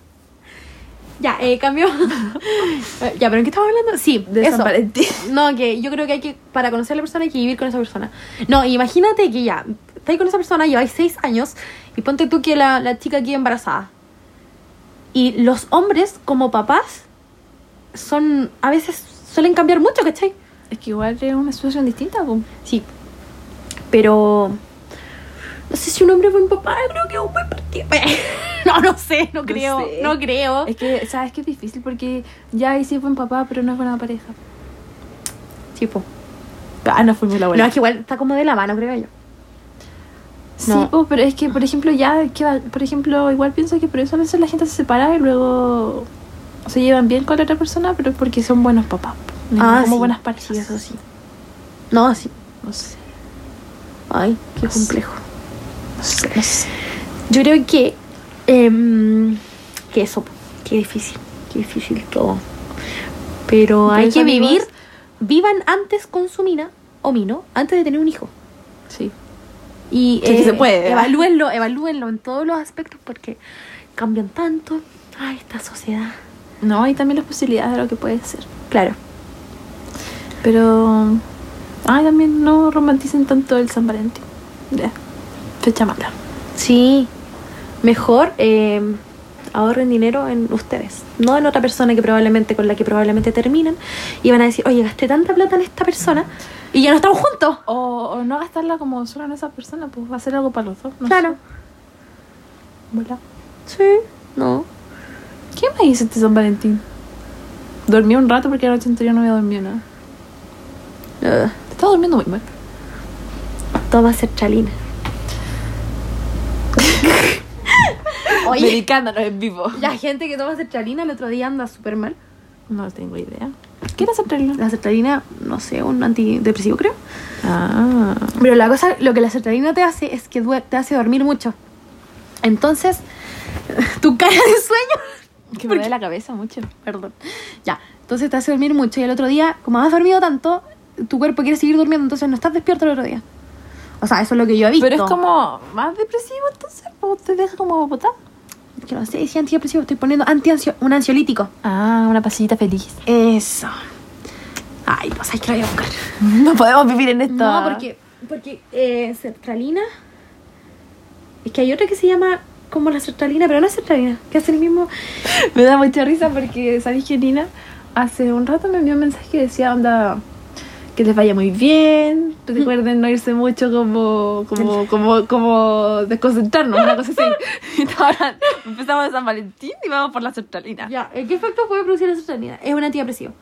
[SPEAKER 2] Ya, eh, cambio. Eh, ya, pero ¿en qué estamos hablando? Sí,
[SPEAKER 1] De
[SPEAKER 2] eso.
[SPEAKER 1] San Valentín.
[SPEAKER 2] No, que yo creo que hay que, para conocer a la persona, hay que vivir con esa persona. No, imagínate que ya, estáis con esa persona, lleváis seis años, y ponte tú que la, la chica quede embarazada. Y los hombres, como papás, son, a veces suelen cambiar mucho, ¿cachai?
[SPEAKER 1] Es que igual es una situación distinta. po.
[SPEAKER 2] Sí. Pero. No sé si un hombre es buen papá, creo que es un buen partido. no, no sé, no, creo,
[SPEAKER 1] sé.
[SPEAKER 2] no creo.
[SPEAKER 1] Es que, ¿sabes que es difícil? Porque ya ahí sí es buen papá, pero no es buena pareja.
[SPEAKER 2] Tipo.
[SPEAKER 1] Ah, no fue muy la
[SPEAKER 2] No, es que igual está como de la mano, creo yo.
[SPEAKER 1] Sí,
[SPEAKER 2] no.
[SPEAKER 1] po, pero es que, por ejemplo, ya queda. Por ejemplo, igual pienso que por eso a veces la gente se separa y luego se llevan bien con la otra persona, pero es porque son buenos papás. po. No como buenas parejas.
[SPEAKER 2] Sí, eso sí. No, sí.
[SPEAKER 1] No sé.
[SPEAKER 2] Ay, qué
[SPEAKER 1] Sí.
[SPEAKER 2] complejo.
[SPEAKER 1] No sé. No sé.
[SPEAKER 2] Yo creo que. em, que eso. Qué difícil. Qué difícil todo. Pero hay
[SPEAKER 1] Por eso,
[SPEAKER 2] que vivir.
[SPEAKER 1] amigos,
[SPEAKER 2] vivan antes con su mina o mino antes de tener un hijo.
[SPEAKER 1] Sí.
[SPEAKER 2] Y eh,
[SPEAKER 1] Sí, que se puede, ¿verdad?
[SPEAKER 2] evalúenlo, evalúenlo en todos los aspectos porque cambian tanto. Ay, esta sociedad.
[SPEAKER 1] No, y también las posibilidades de lo que puede ser.
[SPEAKER 2] Claro.
[SPEAKER 1] Pero. Ay, también no romanticen tanto el San Valentín. Ya. Fecha mala.
[SPEAKER 2] Sí. Mejor eh, ahorren dinero en ustedes, no en otra persona que probablemente con la que probablemente terminan y van a decir, oye, gasté tanta plata en esta persona y ya no estamos juntos.
[SPEAKER 1] O, o no gastarla como solo en esa persona, pues va a ser algo para los dos. No
[SPEAKER 2] claro.
[SPEAKER 1] sé. Volá.
[SPEAKER 2] Sí. No.
[SPEAKER 1] ¿Qué me hice este San Valentín? Dormí un rato porque la noche anterior no había dormido nada.
[SPEAKER 2] Ugh.
[SPEAKER 1] Estaba durmiendo muy mal.
[SPEAKER 2] Todo va a ser chalina. Oye,
[SPEAKER 1] Americana no es vivo.
[SPEAKER 2] la gente que toma sertralina el otro día anda súper mal.
[SPEAKER 1] No tengo idea. ¿Qué era Santralina?
[SPEAKER 2] La sertralina, no sé, un antidepresivo creo.
[SPEAKER 1] Ah.
[SPEAKER 2] Pero la cosa, lo que la sertralina te hace es que due- te hace dormir mucho. Entonces, tu cara de sueño.
[SPEAKER 1] Que me
[SPEAKER 2] ¿Por
[SPEAKER 1] duele
[SPEAKER 2] qué?
[SPEAKER 1] la cabeza mucho.
[SPEAKER 2] Perdón. Ya. Entonces te hace dormir mucho y el otro día, como has dormido tanto, tu cuerpo quiere seguir durmiendo, entonces no estás despierto el otro día. O sea, eso es lo que yo he visto.
[SPEAKER 1] Pero es como más depresivo entonces, o te deja como botada.
[SPEAKER 2] Que no sé, si antidepresivo, estoy poniendo antiansio- un ansiolítico.
[SPEAKER 1] Ah, una pasillita feliz.
[SPEAKER 2] Eso. Ay, no sabes que lo voy a buscar.
[SPEAKER 1] No podemos vivir en esto.
[SPEAKER 2] No, porque, porque eh, sertralina. Es que hay otra que se llama como la sertralina, pero no es sertralina, que hace el mismo.
[SPEAKER 1] Me da mucha risa porque, ¿sabes que Nina? Hace un rato me envió un mensaje que decía, onda, que les vaya muy bien. Recuerden no irse mucho como, como, como, como desconcentrarnos, una cosa así. Y ahora empezamos de San Valentín y vamos por la sertralina.
[SPEAKER 2] Ya, eh, ¿qué efecto puede producir la sertralina? Es un antidepresivo.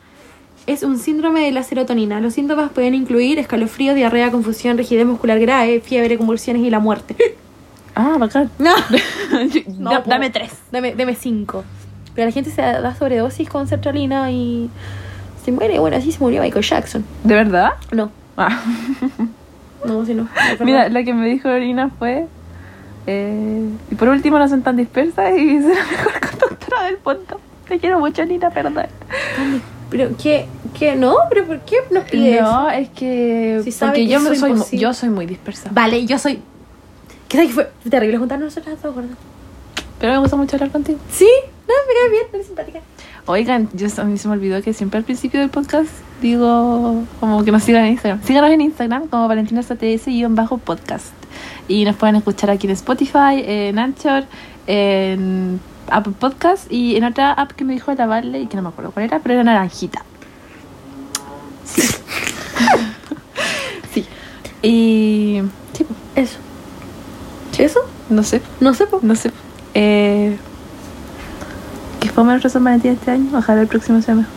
[SPEAKER 2] Es un síndrome de la serotonina. Los síntomas pueden incluir escalofríos, diarrea, confusión, rigidez muscular grave, fiebre, convulsiones y la muerte.
[SPEAKER 1] Ah, bacán.
[SPEAKER 2] No,
[SPEAKER 1] Da-
[SPEAKER 2] po.
[SPEAKER 1] dame tres.
[SPEAKER 2] dame, dame cinco. Pero la gente se da sobredosis con sertralina y se muere. Bueno, así se murió Michael Jackson.
[SPEAKER 1] ¿De verdad?
[SPEAKER 2] No,
[SPEAKER 1] Ah.
[SPEAKER 2] no, si no.
[SPEAKER 1] Mira, lo que me dijo Orina fue. eh, y por último, no son tan dispersas y soy la mejor conductora del punto. Te quiero mucho, Nina, perdón.
[SPEAKER 2] Pero, ¿qué? ¿Qué? ¿No? ¿Pero por qué nos pide eso?
[SPEAKER 1] No, es que.
[SPEAKER 2] Si sabe
[SPEAKER 1] porque
[SPEAKER 2] que
[SPEAKER 1] yo, me
[SPEAKER 2] soy
[SPEAKER 1] soy, mu-
[SPEAKER 2] imposible.
[SPEAKER 1] yo soy muy dispersa.
[SPEAKER 2] Vale, yo soy... ¿Qué tal que fue? Terrible juntarnos nosotras a todos, gordas.
[SPEAKER 1] Pero me gusta mucho hablar contigo.
[SPEAKER 2] ¿Sí? No, me cae bien, eres simpática.
[SPEAKER 1] Oigan, yo, a mí se me olvidó que siempre al principio del podcast digo como que nos sigan en Instagram. Síganos en Instagram como Valentina bajo podcast Y nos pueden escuchar aquí en Spotify, en Anchor, en Apple Podcast y en otra app que me dijo lavarle y que no me acuerdo cuál era, pero era naranjita. Sí. sí. Y... Sí, po.
[SPEAKER 2] Eso. ¿Eso?
[SPEAKER 1] no sé.
[SPEAKER 2] No sé, po.
[SPEAKER 1] No sé. Eh, que fome nuestro San Valentín este año. Ojalá el próximo sea mejor.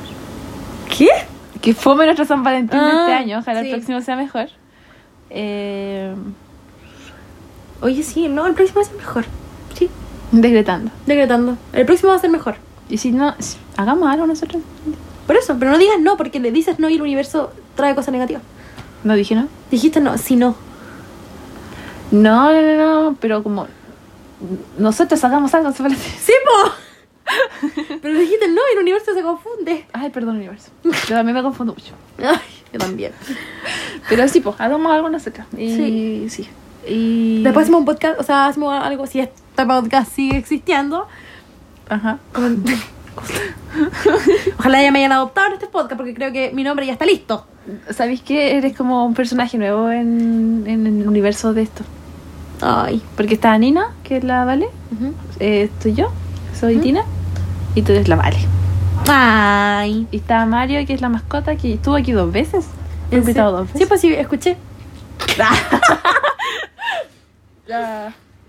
[SPEAKER 2] ¿Qué?
[SPEAKER 1] Que fome nuestro San Valentín de este
[SPEAKER 2] Ah,
[SPEAKER 1] año. Ojalá
[SPEAKER 2] sí.
[SPEAKER 1] el próximo sea mejor. Eh,
[SPEAKER 2] Oye, sí, no, el próximo va a ser mejor. Sí,
[SPEAKER 1] decretando.
[SPEAKER 2] decretando. El próximo va a ser mejor.
[SPEAKER 1] Y si no, si- hagamos algo nosotros.
[SPEAKER 2] Por eso, pero no digas no, porque le dices no y el universo trae cosas negativas.
[SPEAKER 1] No dije no.
[SPEAKER 2] Dijiste no, sí, no.
[SPEAKER 1] No, no, no, no, pero como nosotros hagamos algo, San Valentín.
[SPEAKER 2] ¡Sí, po! pero dijiste no y el universo se confunde.
[SPEAKER 1] Ay, perdón, universo. Yo también me confundo mucho.
[SPEAKER 2] Ay, yo también.
[SPEAKER 1] Pero sí, pues, hagamos algo nosotros. Y sí. Y...
[SPEAKER 2] Después hacemos un podcast, o sea, hacemos algo, si este podcast sigue existiendo.
[SPEAKER 1] Ajá.
[SPEAKER 2] comen- Ojalá ya me hayan adoptado en este podcast porque creo que mi nombre ya está listo.
[SPEAKER 1] ¿Sabéis que eres como un personaje nuevo en, en el universo de esto?
[SPEAKER 2] Ay.
[SPEAKER 1] Porque está Nina, que es la Vale, eh, estoy yo,
[SPEAKER 2] ¿Mm?
[SPEAKER 1] soy Tina, y tú eres la Vale.
[SPEAKER 2] Ay.
[SPEAKER 1] Y está Mario, que es la mascota, que estuvo aquí dos veces. Fue invitado dos
[SPEAKER 2] Sí,
[SPEAKER 1] veces.
[SPEAKER 2] pues sí, escuché.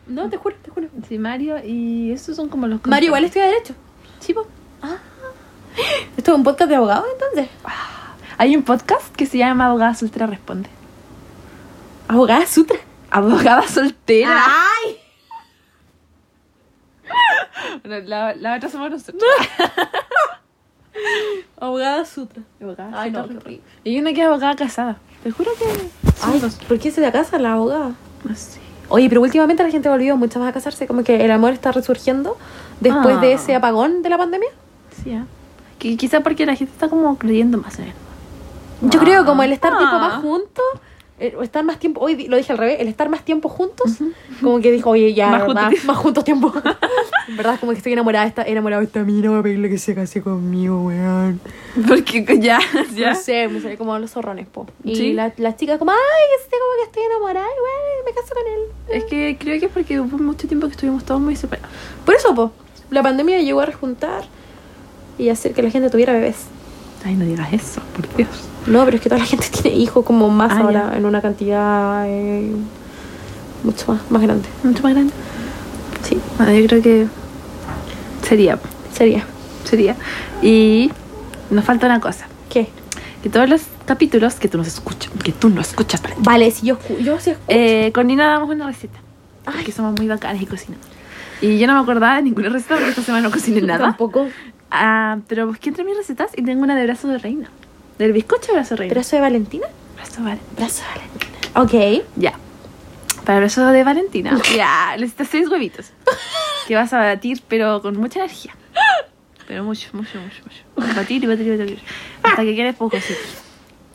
[SPEAKER 2] No, te juro, te juro.
[SPEAKER 1] pues. Sí, Mario, y esos son como los...
[SPEAKER 2] Mario igual estudia Derecho.
[SPEAKER 1] Sí, po.
[SPEAKER 2] ¿Esto es un podcast de abogados entonces?
[SPEAKER 1] Hay un podcast que se llama Abogada Soltera Responde.
[SPEAKER 2] ¿Abogada Sutra?
[SPEAKER 1] ¿Abogada Soltera?
[SPEAKER 2] ¡Ay!
[SPEAKER 1] Bueno, La, la otra somos nosotros.
[SPEAKER 2] Abogada Sutra.
[SPEAKER 1] Abogada
[SPEAKER 2] Ay, no,
[SPEAKER 1] Soltera
[SPEAKER 2] qué horrible.
[SPEAKER 1] Responde. Y hay una que es abogada casada. Te juro que...
[SPEAKER 2] Ay,
[SPEAKER 1] somos dos.
[SPEAKER 2] ¿por qué se la casa la abogada?
[SPEAKER 1] No sé.
[SPEAKER 2] Oye, pero últimamente la gente volvió mucho más a casarse, como que el amor está resurgiendo después
[SPEAKER 1] Ah.
[SPEAKER 2] de ese apagón de la pandemia.
[SPEAKER 1] Sí, ¿eh? que quizá porque la gente está como creyendo más en él.
[SPEAKER 2] Yo creo que como el estar
[SPEAKER 3] Ah.
[SPEAKER 2] tiempo más juntos, eh, o estar más tiempo, hoy di- lo dije al revés, el estar más tiempo juntos, como que dijo, oye, ya,
[SPEAKER 3] Más
[SPEAKER 2] ¿verdad?
[SPEAKER 3] juntos tiempo.
[SPEAKER 2] más juntos tiempo. en verdad, como que estoy enamorada, está enamorado de esta mina, voy a pedirle que se case conmigo, weón.
[SPEAKER 3] Porque ya, ya.
[SPEAKER 2] No sé, me salió como los zorrones, po. Y
[SPEAKER 3] Sí.
[SPEAKER 2] la, la chica como, ay, este como que estoy enamorada, igual, me caso con él.
[SPEAKER 1] Es que creo que es porque hubo mucho tiempo que estuvimos todos muy separados.
[SPEAKER 2] Por eso, po, la pandemia llegó a rejuntar y hacer que la gente tuviera bebés.
[SPEAKER 1] Ay, no digas eso, por Dios.
[SPEAKER 2] No, pero es que toda la gente tiene hijos como más
[SPEAKER 1] Ah,
[SPEAKER 2] ahora,
[SPEAKER 1] ya.
[SPEAKER 2] en una cantidad eh, mucho más, más grande.
[SPEAKER 1] Mucho más grande.
[SPEAKER 2] Sí,
[SPEAKER 1] Bueno, yo creo que sería,
[SPEAKER 2] sería.
[SPEAKER 1] sería. Y nos falta una cosa.
[SPEAKER 2] ¿Qué?
[SPEAKER 1] Que todos los capítulos que tú nos escuchas, que tú no escuchas para ti.
[SPEAKER 2] Vale, si yo, escu- yo sí escucho.
[SPEAKER 1] Eh, con Nina damos una receta.
[SPEAKER 2] Ay.
[SPEAKER 1] Porque somos muy bacanas y cocinamos. Y yo no me acordaba de ninguna receta porque esta semana no cociné nada.
[SPEAKER 2] Tampoco.
[SPEAKER 1] Ah, pero busqué entre mis recetas y tengo una de brazo de reina. Del bizcocho de brazo de reina.
[SPEAKER 2] ¿Brazo de Valentina?
[SPEAKER 1] Brazo vale.
[SPEAKER 2] Brazo de Valentina. Ok.
[SPEAKER 1] Ya. Para el brazo de Valentina. ya, necesitas seis huevitos. Que vas a batir, pero con mucha energía. Pero mucho, mucho, mucho, mucho. Batir y batir y batir. Hasta que quede poco, sí.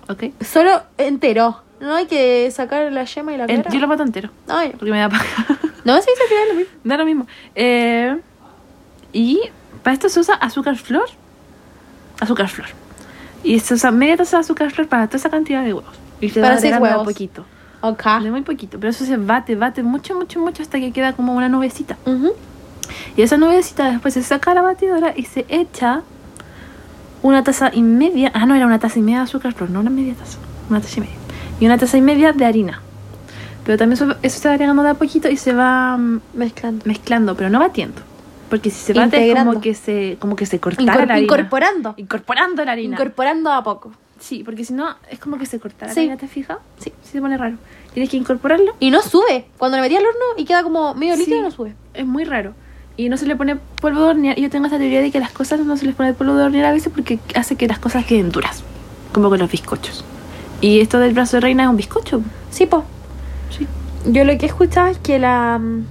[SPEAKER 1] ¿Ok?
[SPEAKER 2] Solo entero. No hay que sacar la yema y la
[SPEAKER 1] En-
[SPEAKER 2] cara.
[SPEAKER 1] Eh, yo lo bato entero.
[SPEAKER 2] Ay,
[SPEAKER 1] Porque me da paja.
[SPEAKER 2] No, sí, se final lo mismo.
[SPEAKER 1] Da lo mismo. Eh, y para esto se usa azúcar flor. Azúcar flor. Y se usa media taza de azúcar flor para toda esa cantidad de huevos. Y se
[SPEAKER 2] Para
[SPEAKER 1] va
[SPEAKER 2] seis
[SPEAKER 1] agregando de a
[SPEAKER 2] huevos. Ah.
[SPEAKER 1] poquito.
[SPEAKER 2] Ok.
[SPEAKER 1] De muy poquito. Pero eso se bate, bate mucho, mucho, mucho hasta que queda como una nubecita.
[SPEAKER 2] Ujú.
[SPEAKER 1] Y esa nubecita después se saca a la batidora y se echa una taza y media. Ah, no, era una taza y media de azúcar flor, no una media taza. Una taza y media. Y una taza y media de harina. Pero también eso, eso se va agregando de a poquito y se va mm,
[SPEAKER 2] Mezclando.
[SPEAKER 1] mezclando, pero no batiendo. Porque si se bate es
[SPEAKER 2] Integrando.
[SPEAKER 1] como que se, como que se cortara
[SPEAKER 2] Incor-
[SPEAKER 1] la harina.
[SPEAKER 2] incorporando.
[SPEAKER 1] Incorporando la harina.
[SPEAKER 2] Incorporando a poco.
[SPEAKER 1] sí, porque si no es como que se cortara
[SPEAKER 2] Sí.
[SPEAKER 1] la harina, ¿te fijas? Sí, sí se pone raro. Tienes que incorporarlo,
[SPEAKER 2] Y no sube. Cuando la metí al horno y queda como medio
[SPEAKER 1] Sí.
[SPEAKER 2] líquido, no sube.
[SPEAKER 1] es muy raro. Y no se le pone polvo de hornear. Yo tengo esta teoría de que las cosas no se les pone polvo de hornear a veces porque hace que las cosas queden duras. Como con los bizcochos. Y esto del brazo de reina es un bizcocho.
[SPEAKER 2] Sí, po.
[SPEAKER 1] Sí.
[SPEAKER 2] Yo lo que he escuchado es que la. mm,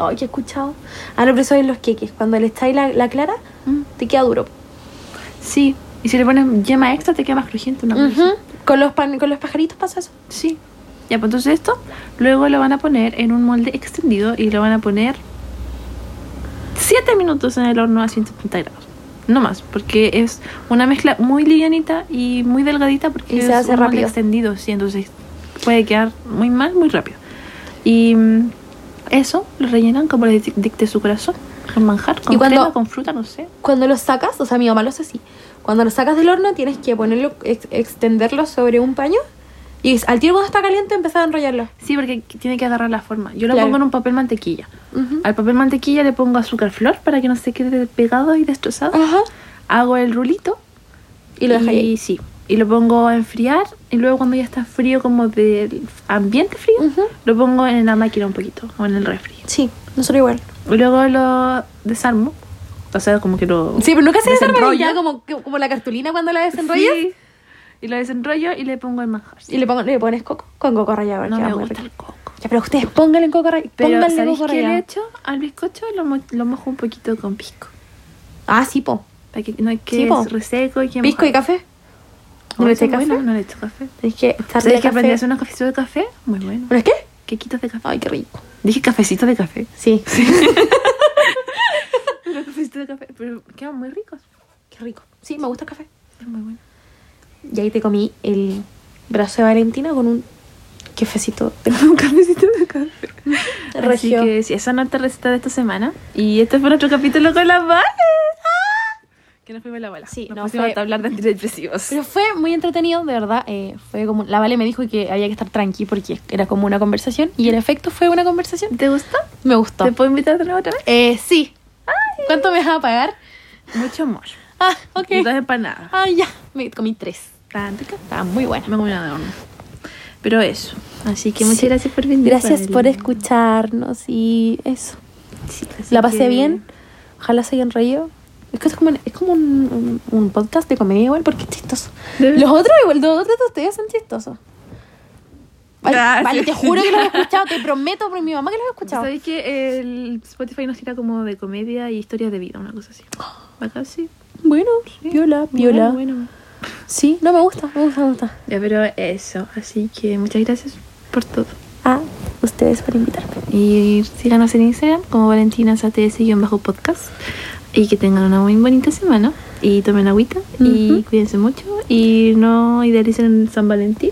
[SPEAKER 2] Ay, que he escuchado. Ah, no, pero eso es los queques. Cuando le estáis la, la clara,
[SPEAKER 1] Mm.
[SPEAKER 2] te queda duro.
[SPEAKER 1] Sí. Y si le pones yema extra te queda más crujiente. Una cosa así.
[SPEAKER 2] Ujú. con, los pan- con los pajaritos pasa eso.
[SPEAKER 1] Sí. Ya, pues entonces esto luego lo van a poner en un molde extendido y lo van a poner 7 minutos en el horno a 170 grados. No más, porque es una mezcla muy livianita y muy delgadita porque
[SPEAKER 2] Y se
[SPEAKER 1] es
[SPEAKER 2] hace
[SPEAKER 1] un molde
[SPEAKER 2] rápido.
[SPEAKER 1] extendido, sí, entonces puede quedar muy mal, muy rápido. Y mm, eso lo rellenan como les dic- dicte su corazón, con manjar, con
[SPEAKER 2] Y cuando-
[SPEAKER 1] crema, con fruta, no sé.
[SPEAKER 2] Cuando los sacas, o sea, mi mamá lo hace así. Cuando los sacas del horno, tienes que ponerlo, ex- extenderlo sobre un paño. Y s- al tiro cuando está caliente, empezar a enrollarlo.
[SPEAKER 1] Sí, porque tiene que agarrar la forma. Yo lo
[SPEAKER 2] Claro.
[SPEAKER 1] pongo en un papel mantequilla.
[SPEAKER 2] Ujú.
[SPEAKER 1] Al papel mantequilla le pongo azúcar flor para que no se quede pegado y destrozado.
[SPEAKER 2] Ajá.
[SPEAKER 1] Hago el rulito
[SPEAKER 2] Y lo dejas ahí.
[SPEAKER 1] sí, y lo pongo a enfriar y luego cuando ya está frío como del ambiente frío,
[SPEAKER 2] Ujú.
[SPEAKER 1] lo pongo en la máquina un poquito o en el refri.
[SPEAKER 2] Sí, nosotros igual.
[SPEAKER 1] Y luego lo desarmo. O sea, como que lo
[SPEAKER 2] Sí, pero nunca se desarrolla.
[SPEAKER 1] desenrollo.
[SPEAKER 2] Ya como, como la cartulina cuando la desenrollas.
[SPEAKER 1] Sí. Y lo desenrollo y le pongo el manjar.
[SPEAKER 2] Y le, pongo- le pones coco. Con coco rallado.
[SPEAKER 1] no
[SPEAKER 2] queda
[SPEAKER 1] me
[SPEAKER 2] muy
[SPEAKER 1] gusta
[SPEAKER 2] rico.
[SPEAKER 1] el coco.
[SPEAKER 2] Ya, pero ustedes pónganle en coco rallado.
[SPEAKER 1] Pero
[SPEAKER 2] Pónganle
[SPEAKER 1] ¿sabéis
[SPEAKER 2] coco
[SPEAKER 1] qué le he
[SPEAKER 2] rallado.
[SPEAKER 1] hecho al bizcocho? Lo, mo- lo mojo un poquito con pisco.
[SPEAKER 2] Ah, sí, po.
[SPEAKER 1] Para que no hay
[SPEAKER 2] Sí,
[SPEAKER 1] que
[SPEAKER 2] po.
[SPEAKER 1] reseco y que
[SPEAKER 2] ¿Pisco y café? ¿No le
[SPEAKER 1] Ay, son
[SPEAKER 2] eché café?
[SPEAKER 1] buenos, no le echo café.
[SPEAKER 2] Es que estar
[SPEAKER 1] ¿Sabes
[SPEAKER 2] de
[SPEAKER 1] que aprendí a hacer
[SPEAKER 2] café.
[SPEAKER 1] unos cafecitos de café? Muy bueno.
[SPEAKER 2] ¿Pero es qué?
[SPEAKER 1] Quequitos de café.
[SPEAKER 2] Ay, qué rico.
[SPEAKER 1] Dije cafecitos de café.
[SPEAKER 2] Sí.
[SPEAKER 1] Pero cafecitos de café. Pero quedan muy ricos.
[SPEAKER 2] Qué rico. Sí, me gusta el café.
[SPEAKER 1] Es muy bueno.
[SPEAKER 2] Y ahí te comí el brazo de Valentina con un quefecito de
[SPEAKER 1] Un cafecito de café. Así
[SPEAKER 2] regio.
[SPEAKER 1] que sí, esa es nuestra receta de esta semana. Y este fue nuestro capítulo con las balas. Que nos fuimos la bala.
[SPEAKER 2] Sí,
[SPEAKER 1] nos
[SPEAKER 2] no,
[SPEAKER 1] pusimos
[SPEAKER 2] fue-
[SPEAKER 1] a hablar de antidepresivos.
[SPEAKER 2] Pero fue muy entretenido, de verdad. eh, fue como la Vale me dijo que había que estar tranqui porque era como una conversación y el efecto fue una conversación.
[SPEAKER 1] ¿Te gustó?
[SPEAKER 2] Me gustó.
[SPEAKER 1] ¿Te puedo invitar de nuevo otra vez?
[SPEAKER 2] Eh, sí. ¿Cuánto me vas a pagar?
[SPEAKER 1] Mucho amor.
[SPEAKER 2] Ah, ok.
[SPEAKER 1] Y dos empanadas.
[SPEAKER 2] Ah, ya. Me comí tres.
[SPEAKER 1] Tan rica.
[SPEAKER 2] Estaba muy buena.
[SPEAKER 1] Me comí una de horno. Pero eso. Así que muchas
[SPEAKER 2] Sí.
[SPEAKER 1] gracias por venir.
[SPEAKER 2] Gracias por
[SPEAKER 1] Valeria.
[SPEAKER 2] escucharnos y eso.
[SPEAKER 1] Sí, así
[SPEAKER 2] La pasé
[SPEAKER 1] que-
[SPEAKER 2] bien. Ojalá se hayan reído. Es que es como, es como un, un- un podcast de comedia igual porque es chistoso.
[SPEAKER 1] De-
[SPEAKER 2] Los otros igual, los otros de ustedes son chistosos. Vale,
[SPEAKER 1] Gracias.
[SPEAKER 2] vale, te juro que los he escuchado, te prometo por mi mamá que los he escuchado.
[SPEAKER 1] Sabéis que el Spotify nos tira como de comedia y historias de vida, una cosa así. Acá sí.
[SPEAKER 2] Bueno, viola, viola.
[SPEAKER 1] Bueno, bueno.
[SPEAKER 2] Sí, no me gusta, me gusta, me gusta.
[SPEAKER 1] Ya, pero eso. Así que muchas gracias por todo.
[SPEAKER 2] A ustedes por invitarme.
[SPEAKER 1] Y síganos en Instagram como Valentina bajo podcast Y que tengan una muy bonita semana. Y tomen agüita. Y cuídense mucho. Y no idealicen San Valentín.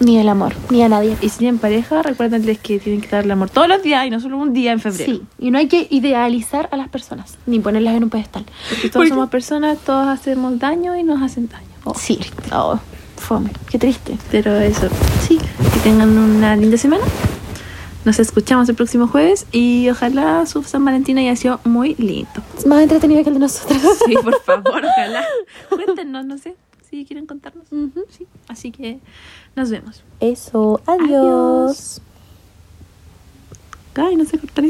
[SPEAKER 2] Ni el amor, ni a nadie.
[SPEAKER 1] Y si tienen pareja, recuérdenles que tienen que darle amor todos los días y no solo un día en febrero.
[SPEAKER 2] Sí, y no hay que idealizar a las personas, ni ponerlas en un pedestal.
[SPEAKER 1] Porque todos somos personas, todos hacemos daño y nos hacen daño. Oh,
[SPEAKER 2] Sí,
[SPEAKER 1] oh,
[SPEAKER 2] fome, qué triste.
[SPEAKER 1] Pero eso.
[SPEAKER 2] Sí,
[SPEAKER 1] Que tengan una linda semana. Nos escuchamos el próximo jueves y ojalá su San Valentín haya sido muy lindo.
[SPEAKER 2] es más entretenido que el de nosotros.
[SPEAKER 1] Sí, por favor, ojalá. Cuéntenos, no sé, si quieren contarnos. Sí. Así que nos vemos.
[SPEAKER 2] Eso, adiós.
[SPEAKER 1] Ay, no sé cortar esto.